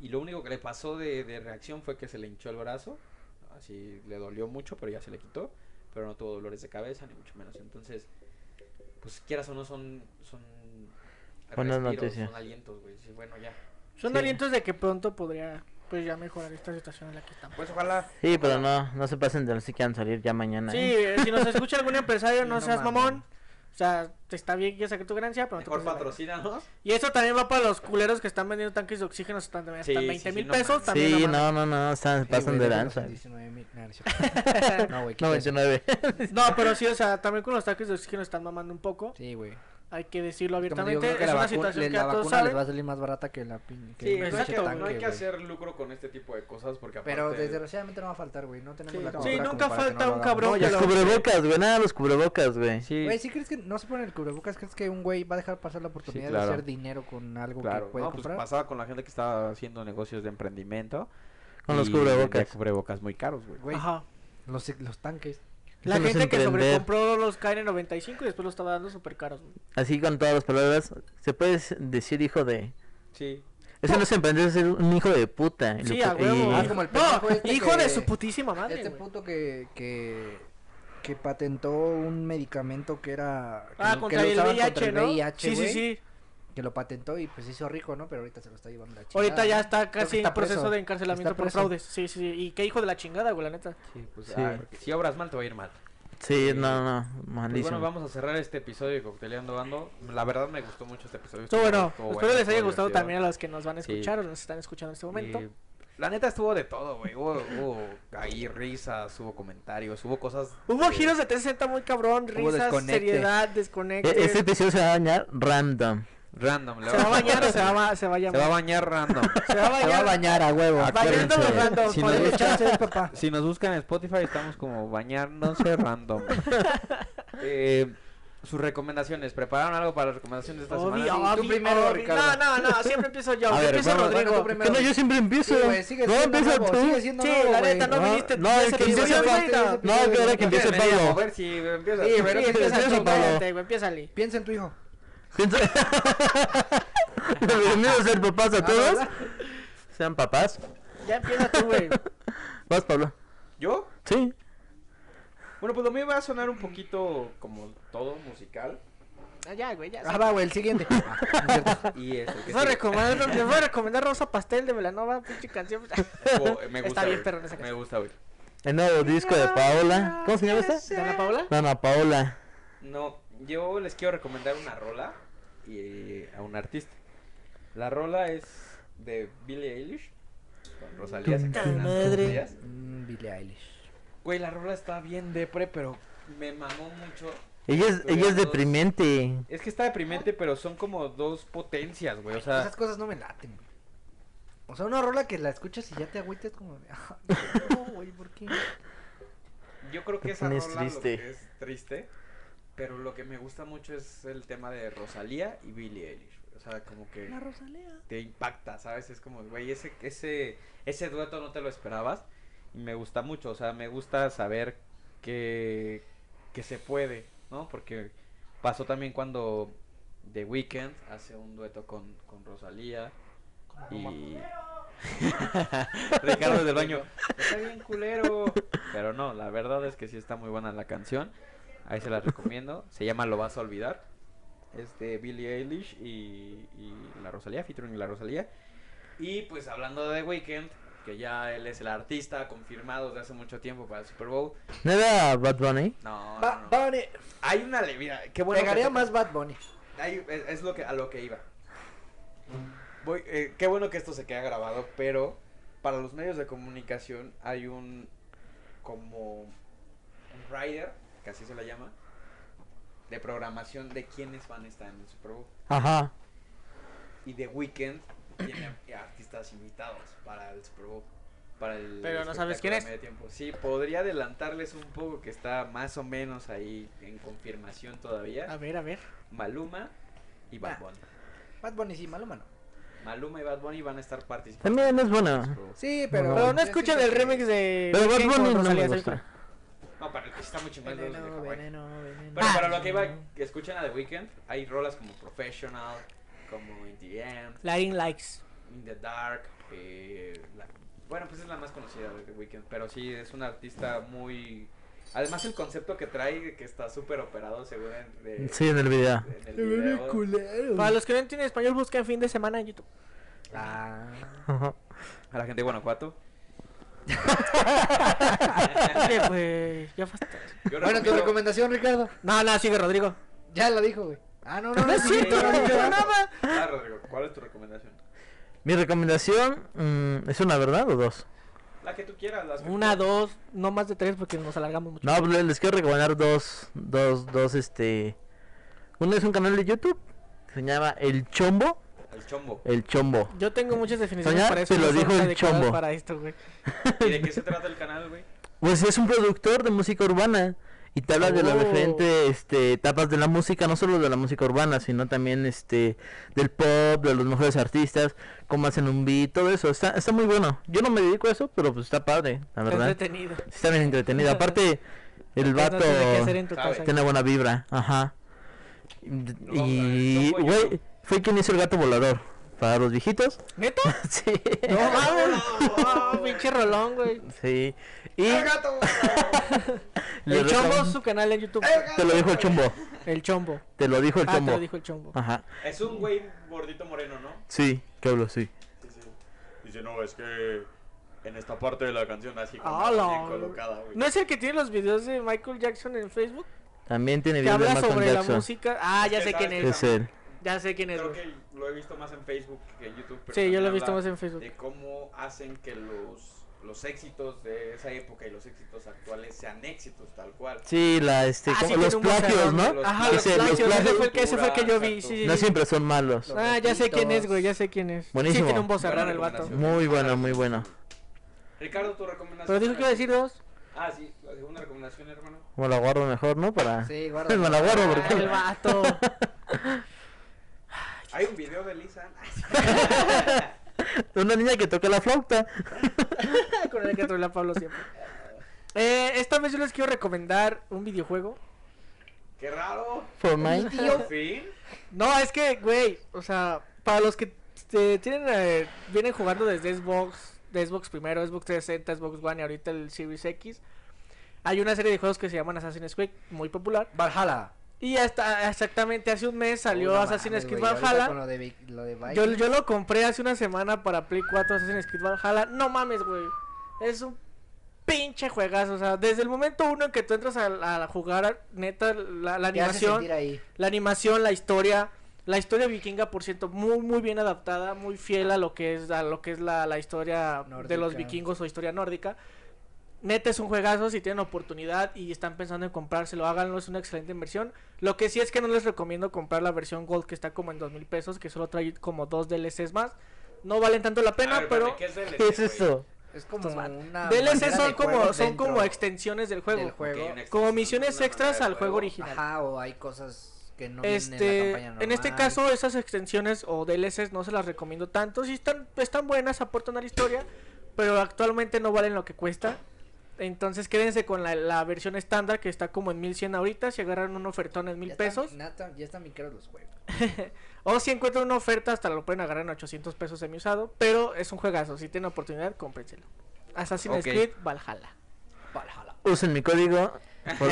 Y lo único que le pasó de, de reacción fue que se le hinchó el brazo. Así le dolió mucho, pero ya se le quitó. Pero no tuvo dolores de cabeza, ni mucho menos. Entonces, pues quieras o no, son... son Buenas respiros, noticias. Son alientos, güey. Sí, bueno, ya. Son Sí. alientos de que pronto podría pues ya mejorar esta situación en la que estamos. Pues ojalá... Sí, pero no, no se pasen de los que quieran salir ya mañana. Sí, ¿eh? eh, si nos escucha algún empresario, Sí, no no seas mames. mamón. O sea, te está bien que saque tu ganancia, pero no te Mejor pases de patrocínanos. verga. Y eso también va para los culeros que están vendiendo tanques de oxígeno hasta, hasta Sí, 20 sí, sí, mil no pesos. mames. También Sí, mames. no, no, no, están, Sí, pasan güey, de déjalos lanza. en 19,000. Nah, no, es cierto. No, güey. quita eso. 99. No, pero sí, o sea, también con los tanques de oxígeno están mamando un poco. Sí, güey. Hay que decirlo Como digo, creo abiertamente. que Es la, una vacu- le- situación que la a todos vacuna les va saben. a salir más barata que la pin- que Sí, el pinche exacto, tanque, no hay que güey. hacer lucro con este tipo de cosas porque aparte... Pero desgraciadamente no va a faltar, güey. No tenemos Sí, la no. cultura Sí, como para nunca que no falta lo un hagamos. cabrón No, que ya lo- Los sé. cubrebocas, güey, nada, los cubrebocas, güey. Sí. Güey, si crees que no se pone el cubrebocas, crees que un güey va a dejar pasar la oportunidad claro. de hacer dinero con algo Claro, que puede no, pues comprar? pasaba con la gente que estaba haciendo negocios de emprendimiento. Con los y cubrebocas. vendía cubrebocas muy caros, güey. Güey, Ajá. los, los tanques. La Eso no es gente que emprender. sobrecompró los KN95 y después los estaba dando súper caros. güey. Así con todas las palabras, se puede decir hijo de... Sí. Eso no es emprender, es ser un hijo de puta. Sí, Lo- a huevo. y- Ah, como el no, pendejo este hijo que- de su putísima madre. Este güey. puto que, que, que patentó un medicamento que era... Que, Ah, lo- que contra lo el usaban VIH, contra el ¿no? VIH, sí, sí, güey, sí. Que lo patentó y pues se hizo rico, ¿no? Pero ahorita se lo está llevando la chica. Ahorita ya está casi está en proceso preso. de encarcelamiento Está por preso. fraudes. Sí, sí, sí. Y qué hijo de la chingada, güey, la neta. Sí, pues, Sí. ah, porque si obras mal, te va a ir mal. Sí, no, no, Pues malísimo. bueno, vamos a cerrar este episodio de Cocteleando Bando. La verdad me gustó mucho este episodio. Estuvo bueno. estuvo Espero les estuvo haya gustado divertido. también a los que nos van a Sí. escuchar o nos están escuchando en este momento. Y La neta estuvo de todo, güey. Hubo, hubo ahí risas, hubo comentarios, hubo cosas. Hubo giros de 360 muy cabrón, risas, desconectes. seriedad, E- desconecte. Este episodio se va a dañar random. random. le ¿Se va a vamos bañar o se va a, ba- se va a Se va a llamar? bañar random. Se va a Se va a bañar. bañar a huevo. Bañando Acuérdense. los random. Si ponle nos gusta- chance, papá. Si nos buscan en Spotify, estamos como bañándose random. Eh, sus recomendaciones. ¿Prepararon algo para las recomendaciones de esta Obvio, semana? obvio, tú primero, obvio. Ricardo. No, no, no, siempre empiezo yo. A yo ver, empiezo bueno, Rodrigo. bueno, tú Que primero. no, yo siempre empiezo. Sí, güey, sigue no, siendo empieza nuevo, tú. sigue siendo Sí, nuevo, la güey. neta, no No, viniste. no, ya el se que te empieza olvidó, fue- güey, no. No, espera que empiece Me digan, a Pablo. ver si empieza. Sí, pero Sí, empieza empieza tú, tú, Pablo. cállate, güey, empieza Ali. Piensa en tu hijo. Pienso- Bienvenidos a ser papás a Ah, todos. ¿verdad? Sean papás. Ya empieza tú, güey. Vas, Pablo. ¿Yo? Sí. Bueno, pues lo mío va a sonar un poquito como todo musical. Ah, ya, güey, ya. Ah, va, güey, el siguiente. Ah, no es cierto. Y es el que Les voy, a sigue. recomendar, les voy a recomendar Rosa Pastel de Velanova, pinche canción. Oh, me gusta. Está bien, güey. perro, esa Me canción. gusta, güey. El nuevo disco de Paola. ¿Cómo se llama esta? ¿Dana Paola? Dana Paola. No, yo les quiero recomendar una rola y eh, a un artista. La rola es de Billie Eilish con Rosalía. se cantan las dos madre. ellas. Mm, Billie Eilish. Güey, la rola está bien depre, pero me mamó mucho. Ella es, ella pues es Dos. deprimente. Es que está deprimente, pero son como dos potencias, güey. O sea, Esas cosas no me laten. güey. O sea, una rola que la escuchas y ya te agüitas como de, "Ah, no, güey, ¿por qué? yo creo que Te esa rola pones lo triste. que es triste, pero lo que me gusta mucho es el tema de Rosalía y Billie Eilish. güey. O sea, como que La Rosalía. te impacta, ¿sabes? Es como, güey, ese, ese, ese dueto no te lo esperabas. Y me gusta mucho, o sea, me gusta saber que, que se puede, ¿no? Porque pasó también cuando The Weeknd hace un dueto con, con Rosalía. Y. Ricardo del baño. Está bien culero. Pero no, la verdad es que sí está muy buena la canción. Ahí se la recomiendo. Se llama Lo vas a olvidar. Es de este, Billie Eilish y, y la Rosalía, featuring la Rosalía. Y pues hablando de The Weeknd, que ya él es el artista confirmado desde hace mucho tiempo para el Super Bowl. ¿No era Bad Bunny? No, no, Ba- no. Bunny. Hay una le- mira, qué bueno. que Pegaría toca- más Bad Bunny. Ahí es, es lo que, a lo que iba. Voy, eh, qué bueno que esto se queda grabado, pero para los medios de comunicación hay un como un rider, que así se le llama, de programación de quiénes van a estar en el Super Bowl. Ajá. Y de Weekend tiene artistas invitados para el Super Bowl. Para el Pero no sabes espectáculo quién de es. medio tiempo. Sí, podría adelantarles un poco que está más o menos ahí en confirmación A todavía. ver, a ver. Maluma y Bad Ah. Bunny. Bad Bunny sí, malo mano. Maluma y Bad Bunny van a estar participando. También es buena. Sí, pero. Pero no yo escuchen siento el que- remix de. Pero Bad Weeknd con Bunny no Rosalía, me soy gusta. cruel. No, para el que está mucho más de los de Veneno, Hawái. veneno, veneno. Pero para lo que iba, Ah. que escuchen a The Weeknd, hay rolas como Professional, como In the End, Latin Likes. In the Dark. eh, la- Bueno, pues es la más conocida de The Weeknd, pero sí es un artista muy. Además, el concepto que trae, que está súper operado según en, de- Sí, en el video. en el video. Para los que no entienden español, busquen fin de semana en YouTube. Ah, Ajá. A la gente de Guanajuato. Oye, pues. Ya basta. Yo Bueno, tu recomiendo- recomendación, Ricardo. No, no, sigue Rodrigo. Ya la dijo, güey. Ah, no, no. No es sí, cierto, no, no no, dijo no. nada. Ah, Rodrigo, ¿cuál es tu recomendación? Mi recomendación mm, es una verdad o dos. La que tú quieras. las que Una, tú- dos, no más de tres porque nos alargamos mucho. No, pues, les quiero recomendar dos, dos, dos, este... Uno es un canal de YouTube que se llama El Chombo. El chombo. El Chombo. Yo tengo muchas definiciones Soñar para eso. te lo no son dijo el adecuadas chombo. Para esto, güey. ¿Y de qué se trata el canal, güey? Pues es un productor de música urbana y te habla de las Oh. diferentes este, etapas de la música, no solo de la música urbana, sino también este del pop, de los mejores artistas, cómo hacen un beat, todo eso. Está, está muy bueno. Yo no me dedico a eso, pero pues está padre, Está la verdad. entretenido. Sí Está bien entretenido. Aparte, el vato No tiene que hacer en tu sabe. casa. tiene buena vibra. Ajá. el Y, Chombo güey, YouTube. fue quien hizo el gato volador. Para los viejitos. ¿Neta? Sí. No mames. Oh, pinche rolón, güey. Sí. Y gato! le El Chombo recom- es su canal en YouTube. Te lo dijo el chombo. El Chombo. Te lo dijo el ah, te chombo. lo dijo el Chombo. Ajá. Es un güey gordito moreno, ¿no? Sí, que hablo, sí. Dice, no, es que en esta parte de la canción así como Ah, la- bien colocada, güey. ¿No es el que tiene los videos de Michael Jackson en Facebook? También tiene Que video de habla Michael sobre la Jackson. música. Ah, ya Es que sé quién sabes que Es es. también- él. Ya sé quién es, Creo güey. que lo he visto más en Facebook que en YouTube. pero Sí, yo lo he también visto habla más en Facebook. De cómo hacen que los, los éxitos de esa época y los éxitos actuales sean éxitos tal cual. Sí, la, este, Ah, como- sí, tiene los un plagios, muserón, ¿no? güey. Ajá, los Ese- los plagios. Ese plagios- fue, el que, ese fue el que yo vi. Exacto. Sí, sí, No sí. siempre son malos. No. Ah, ya sé quién es, güey. Ya sé quién es. Sí, Buenísimo. tiene un voz Buena el vato. recomendación. Muy bueno, muy bueno. Ricardo, tu recomendación. Pero dijo que iba a decir dos. Ah, sí, la segunda recomendación, hermano. Me la guardo mejor, ¿no? Para... Sí, guarda. Me la guardo Ah, el porque... vato. Hay un video de Lisa. Una niña que toca la flauta. Con el que trola Pablo siempre. Eh, esta vez yo les quiero recomendar un videojuego. ¡Qué raro! Fortnite. ¿Por fin? No, es que, güey, o sea, para los que eh, tienen, eh, vienen jugando desde Xbox, de Xbox primero, Xbox 360, Xbox One y ahorita el Series X, hay una serie de juegos que se llaman Assassin's Creed, muy popular. Valhalla. Y hasta exactamente hace un mes salió Uy, no Assassin's mames, Creed güey, ahorita Valhalla. Con lo de, Vic- lo de Viking. Yo, yo lo compré hace una semana para Play 4 Assassin's Creed Valhalla. No mames, güey. Es un pinche juegazo. O sea, desde el momento uno en que tú entras a, a jugar, neta, la, la Te hace animación. sentir ahí. La animación, la historia. La historia vikinga, por cierto, muy, muy bien adaptada, muy fiel a lo que es, a lo que es la, la historia de los Nórdica. vikingos o historia nórdica. Neta es un juegazo, si tienen oportunidad y están pensando en comprárselo, háganlo, es una excelente inversión. Lo que sí es que no les recomiendo comprar la versión Gold que está como en dos mil pesos, que solo trae como dos DLCs más. No valen tanto la pena, pero ¿Qué es eso? Es como Estos van- una. Ah, manera DLCs de son como, juego son dentro como extensiones del juego. del juego. Como misiones extras al juego original. Ajá, o hay cosas que no este, vienen en la en, campaña este normal. caso esas extensiones o DLCs no se las recomiendo tanto, si están están buenas, aportan a la historia, pero actualmente no valen lo que cuesta. Entonces quédense con la, la versión estándar que está como en 1100 ahorita, si agarran un ofertón en Ya 1000 están- pesos nata- ya están bien caros los juegos. o si encuentran una oferta hasta lo pueden agarrar en 800 pesos semi usado, pero es un juegazo, si tienen oportunidad cómprenselo. Assassin's Ok. Creed Valhalla. Valhalla. Usen mi código. Por-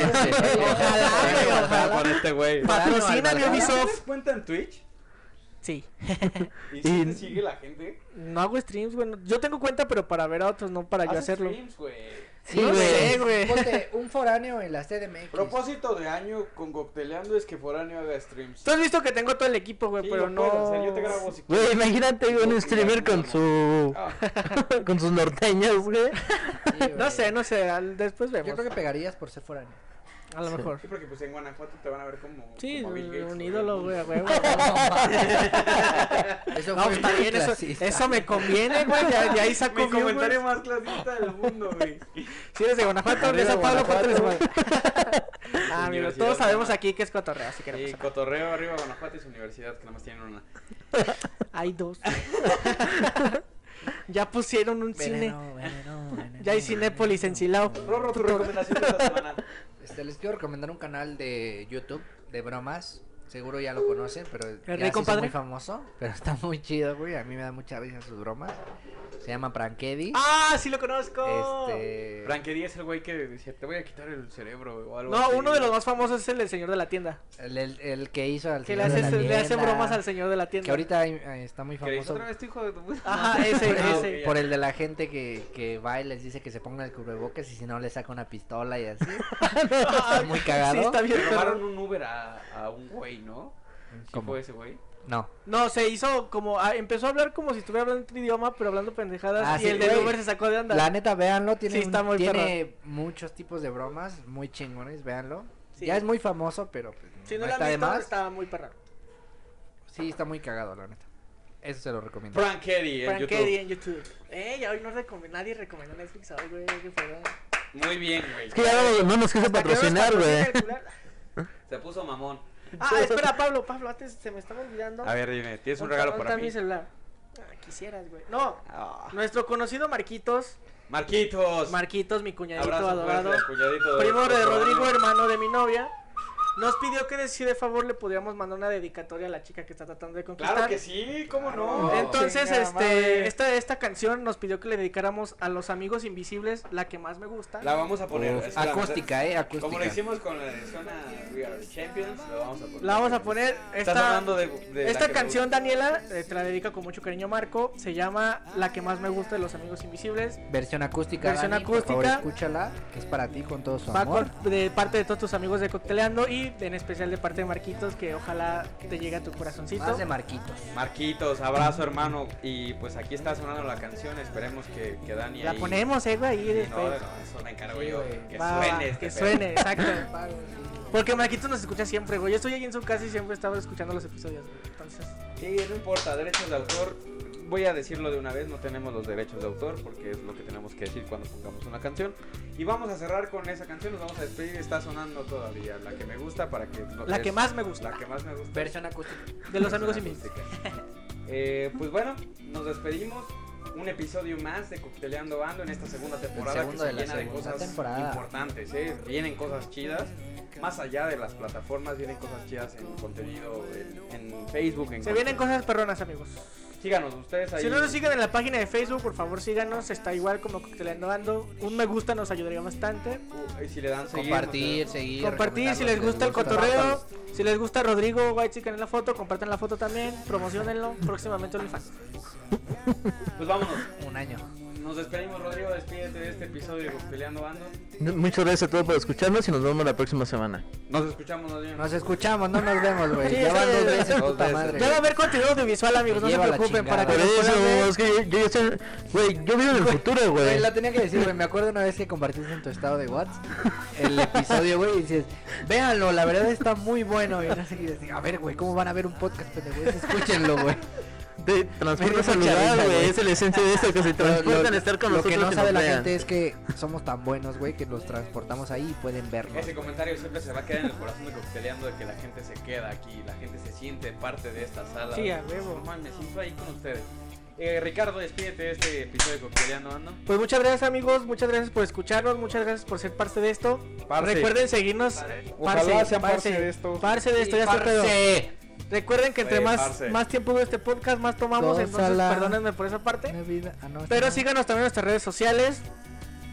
Ojalá, güey, ojalá. Por este güey. Patrocina Valhalla. Ubisoft. cuenta en Twitch? Sí. ¿Y si si te sigue la gente? No hago streams, bueno, yo tengo cuenta pero para ver a otros, no para yo hacerlo. Sí, No güey. sé, güey. Ponte un foráneo en la CDMX. Propósito de año con Cocteleando es que Foráneo haga streams. Tú has visto que tengo todo el equipo, güey, Sí, pero lo no. puedes hacer, yo te grabo si Güey, quieres. imagínate No, un streamer mira, con no. su. Ah, con sus norteños, güey. Sí, güey. No sé, no sé, al- después vemos. Yo creo que pegarías por ser foráneo. A lo mejor. sí, porque pues en Guanajuato te van a ver como, Sí, como Bill Gates, un güey. ídolo, güey, a huevo. Eso No, pues, fue está muy bien, eso, clasista. eso me conviene, güey. Ya, ya ahí saco Mi view, güey. comentario más clasista del mundo, güey. Si eres de Guanajuato, de Arriba San Pablo, Guanajuato. cuéntales, güey. Ah, amigo, Universidad todos sabemos Nacional. aquí que es cotorreo, así que no Y pasa Cotorreo arriba Guanajuato y su universidad, que nada más tienen una. nada. Hay dos. ya pusieron un cine. Veneno, veneno, veneno, Ya hay Cinépolis en veneno. Silao. Rorro, tu recomendación de esta semana. Este, les quiero recomendar un canal de YouTube de bromas. Seguro ya lo conocen, pero ya rey se hizo compadre? muy famoso. Pero está muy chido, güey. A mí me da mucha risa sus bromas. Se llama Prankedi. ¡Ah, sí lo conozco! Este. Frankie es el güey que decía, te voy a quitar el cerebro o algo No, así. uno de los más famosos es el del señor de la tienda. El, el- el que hizo al Que le, señor de haces- la le hacen tienda, bromas al señor de la tienda. Que ahorita hay- eh, está muy ¿Qué le famoso. hizo otra vez tu hijo de tu puta? Ajá, ese, Por, el- Ah, ok, ese. ya. por el de la gente que, que va y les dice que se pongan el cubrebocas y si no le saca una pistola y así. está muy Ah, Sí, cagado. está bien, Le pero... robaron un Uber a, a un güey, ¿no? ¿Sí ¿Cómo? fue ese güey? No. No, se hizo como. ah, empezó a hablar como si estuviera hablando otro idioma, pero hablando pendejadas. Ah, y sí, el de güey. Uber se sacó de onda. La neta, véanlo. Tiene, Sí, un- está muy tiene muchos tipos de bromas muy chingones, véanlo. Sí. Ya es muy famoso, pero pues, Si no no la está han de visto, más. estaba muy perra. Sí, está muy cagado, la neta. Eso se lo recomiendo. Frank Eddy en Frank YouTube. Eddy en YouTube. Eh, ya hoy no recomendó, nadie recomendó Netflix hoy, güey. qué fregón. Muy bien, güey. Es que ya no, no nos quiso Hasta que no nos patrocinar, patrocina güey. el culero. Se puso mamón. Ah, espera, Pablo, Pablo, antes se me estaba olvidando. A ver, dime, ¿tienes un ¿Dónde- regalo dónde para está mí? mi celular. Ah, quisieras, güey. No, Ah. nuestro conocido Marquitos. Marquitos. Marquitos, mi cuñadito Abrazo adorado. fuerte, cuñadito. primo de Rodrigo, hermano de mi novia, nos pidió que si de favor le podíamos mandar una dedicatoria a la chica que está tratando de conquistar. Claro que sí, ¿cómo no? Entonces, Chinga este, madre. esta, esta canción nos pidió que le dedicáramos a los amigos invisibles, la que más me gusta. La vamos a poner. Uf, es la- acústica, eh, acústica. Como lo hicimos con la edición a We Are Champions, lo vamos a poner. La vamos a poner. Estás Esta, hablando de, de la esta que canción, me Daniela, eh, te la dedica con mucho cariño Marco. Se llama La que más me gusta de los amigos invisibles. Versión acústica. Versión Dani, por favor, acústica. escúchala, que es para ti con todo su Va amor. con- de parte de todos tus amigos de Cocteleando y en especial de parte de Marquitos, que ojalá te llegue a tu corazoncito. Más de Marquitos. gusta. Marquitos, abrazo hermano. Y pues aquí está sonando la canción. Esperemos que, que Dani. La ahí- ponemos, eh, güey, ahí Sí, después. no, no, eso me encargo Sí, yo. güey. Que Va, va, suene este que pedo. suene, exacto. Porque Marquitos nos escucha siempre, güey. Yo estoy aquí en su casa y siempre estaba escuchando los episodios, güey. Entonces, Sí, no importa, derechos de autor. Voy a decirlo de una vez, no tenemos los derechos de autor porque es lo que tenemos que decir cuando pongamos una canción. Y vamos a cerrar con esa canción, nos vamos a despedir. Está sonando todavía la que me gusta para que. lo- La es- que más me gusta. La que más me gusta. Versión acústica. de los amigos Persona invisibles. acústica. Eh, pues bueno, nos despedimos. Un episodio más de Cocteleando Bando en esta segunda temporada que segundo se de la llena de segunda cosas temporada. importantes. ¿eh? Vienen cosas chidas. Más allá de las plataformas, vienen cosas chidas en contenido, en, en Facebook. En Se vienen contenido. cosas perronas, amigos. Síganos ustedes ahí. Si no nos siguen en la página de Facebook, por favor síganos. Está igual como Cocteleando Ando. Un me gusta nos ayudaría bastante. Uh, y si le dan seguir, Compartir, no seguir. Compartir si recomendar les lo que gusta el Compartan. cotorreo. Si les gusta Rodrigo White Chicken en la foto, compartan la foto también. Promocionenlo. Próximamente OnlyFans. sé. Pues vámonos. Un año. Nos despedimos, Rodrigo. Despídete de este episodio de Cocteleando Bando. Muchas gracias a todos por escucharnos y nos vemos la próxima semana. Nos escuchamos, nos vemos. Nos escuchamos, no nos vemos, güey. Sí, ya van sí, dos sí. veces, Dos puta veces. madre. Debe haber contenido audiovisual, amigos. No se Lleva la preocupen chingada. para que Por nos puedan ver. eso, es que yo, yo ya estoy. Güey, yo vivo en el futuro, Güey, güey. la tenía que decir, güey. Me acuerdo una vez que compartiste en tu estado de WhatsApp el episodio, güey, y dices, véanlo, la verdad está muy bueno. Y no sé, y decía, a ver, güey, ¿cómo van a ver un podcast, pendejo? Es Escúchenlo, güey. Te Me dio transportas mucha al lugar, risa, güey. güey. Esa es la esencia de esto, que se Pero transportan a estar con lo nosotros. que no y sabe nos la vean. gente es que somos tan buenos, güey, que los transportamos ahí y pueden vernos. Ese comentario siempre se va a quedar en el corazón de Cocteleando de que la gente se queda aquí, la gente se siente parte de esta sala. Sí, a huevo. No mames, me siento ahí con ustedes. Eh, Ricardo, despídete de este episodio de Cocteleando Ando. Pues muchas gracias amigos, muchas gracias por escucharnos, muchas gracias por ser parte de esto. Parce. Recuerden seguirnos. Ojalá sean parte de esto. Parce de esto, ya está pedo. Recuerden que entre Oye, más, parce. más tiempo dura este podcast, más tomamos, entonces Gózala. perdónenme por esa parte. Una vida- ah, no, Pero está- síganos también en nuestras redes sociales.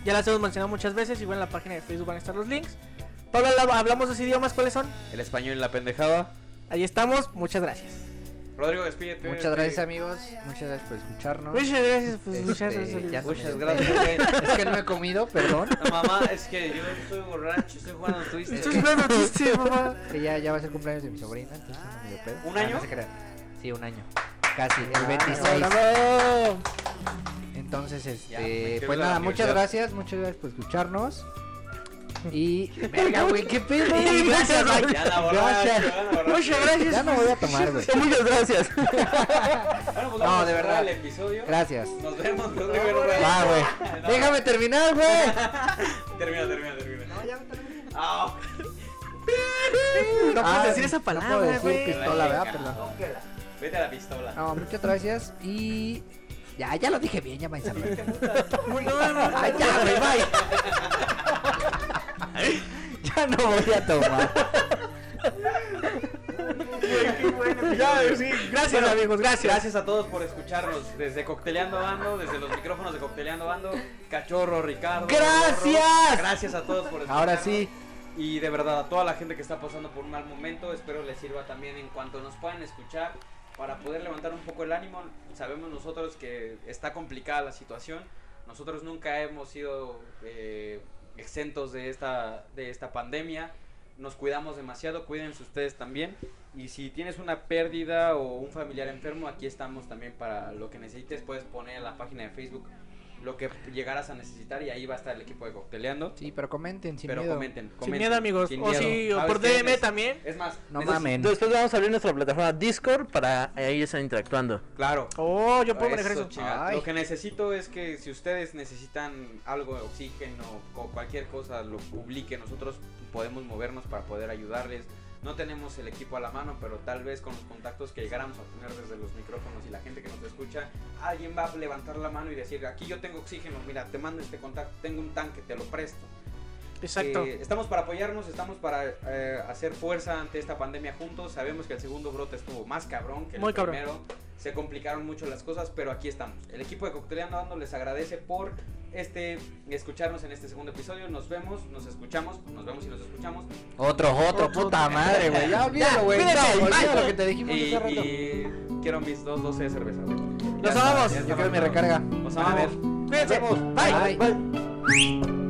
Ya las hemos mencionado muchas veces, igual en la página de Facebook van a estar los links. Pablo, habla- hablamos dos idiomas, ¿cuáles son? El español y la pendejada. Ahí estamos, muchas gracias. Rodrigo, despídete. este- Muchas gracias, amigos. Muchas gracias por escucharnos. Muchas gracias, pues, Este, muchas gracias. ya se me amigos. Muchas dio gracias, pena. güey. Es que no he comido, perdón. Mamá, es que yo estoy borracho, estoy jugando Twister. Esto es una noticia, mamá. Que ya, ya va a ser cumpleaños de mi sobrina, entonces no me dio pedo. ¿Un Ah, año? no se crean. Sí, un año. Ah, Casi, el 26. Bravo. Entonces, Ya, me quiero este, ir a pues la nada, universidad. muchas gracias, muchas gracias por escucharnos. Y verga, güey, qué pedo. Sí, gracias, güey. güey. Ya la borracho, Gracias. ya la borracho. Muchas gracias. Ya no voy a tomar, güey. Muchas gracias. Bueno, pues No, vamos a de cerrar verdad. el episodio. Gracias. Nos vemos, Rodrigo. Herrera. Va, güey. No, Déjame terminar, güey. Termina, termina, termina. No, ya Ah, No Ah, puedes decir esa no puedo palabra, decir güey. pistola, ¿verdad? Perdón. vete a la pistola. No, muchas gracias y ya, ya lo dije bien, ya me Ay, ya, güey, bye. ya no voy a tomar. Ya, sí, gracias Bueno, amigos, gracias. Gracias a todos por escucharnos desde Cocteleando Bando, desde los micrófonos de Cocteleando Bando, Cachorro, Ricardo. ¡Gracias! Gorro. Gracias a todos por escucharnos. Ahora sí. Y de verdad, a toda la gente que está pasando por un mal momento, espero les sirva también en cuanto nos puedan escuchar para poder levantar un poco el ánimo. Sabemos nosotros que está complicada la situación. Nosotros nunca hemos sido eh, exentos de esta, de esta pandemia. Nos cuidamos demasiado, cuídense ustedes también. Y si tienes una pérdida o un familiar enfermo, aquí estamos también para lo que necesites. Puedes poner en la página de Facebook lo que llegaras a necesitar y ahí va a estar el equipo de Cocteleando. Sí, pero comenten sin Pero miedo. comenten, comenten. Sin miedo amigos, sin o miedo. sí, o ¿Sabes por qué? DM Neces- también. Es más, No neces- mamen. Después vamos a abrir nuestra plataforma Discord para ahí estar interactuando. Claro. Oh, yo puedo manejar Eso, eso. chinga. Ay. Lo que necesito es que si ustedes necesitan algo, oxígeno o cualquier cosa, lo publiquen. Nosotros podemos movernos para poder ayudarles. No tenemos el equipo a la mano, pero tal vez con los contactos que llegáramos a tener desde los micrófonos y la gente que nos escucha, alguien va a levantar la mano y decir, aquí yo tengo oxígeno, mira, te mando este contacto, tengo un tanque, te lo presto. Exacto. Eh, estamos para apoyarnos, estamos para eh, hacer fuerza ante esta pandemia juntos. Sabemos que el segundo brote estuvo más cabrón que el Muy cabrón. primero. Se complicaron mucho las cosas, pero aquí estamos. El equipo de Cocteleando Ando les agradece por este escucharnos en este segundo episodio. Nos vemos, nos escuchamos, nos vemos y nos escuchamos. Otro, otro, puta madre, güey. Ya olvídalo, güey. cuídense, Ya, olvida bye. lo que te dijimos Y, hace rato. y quiero mis dos 12 de cerveza. Los amamos. Yo quiero mi recarga. Nos amamos. Cuídense. Nos vemos. Bye. Bye. Bye.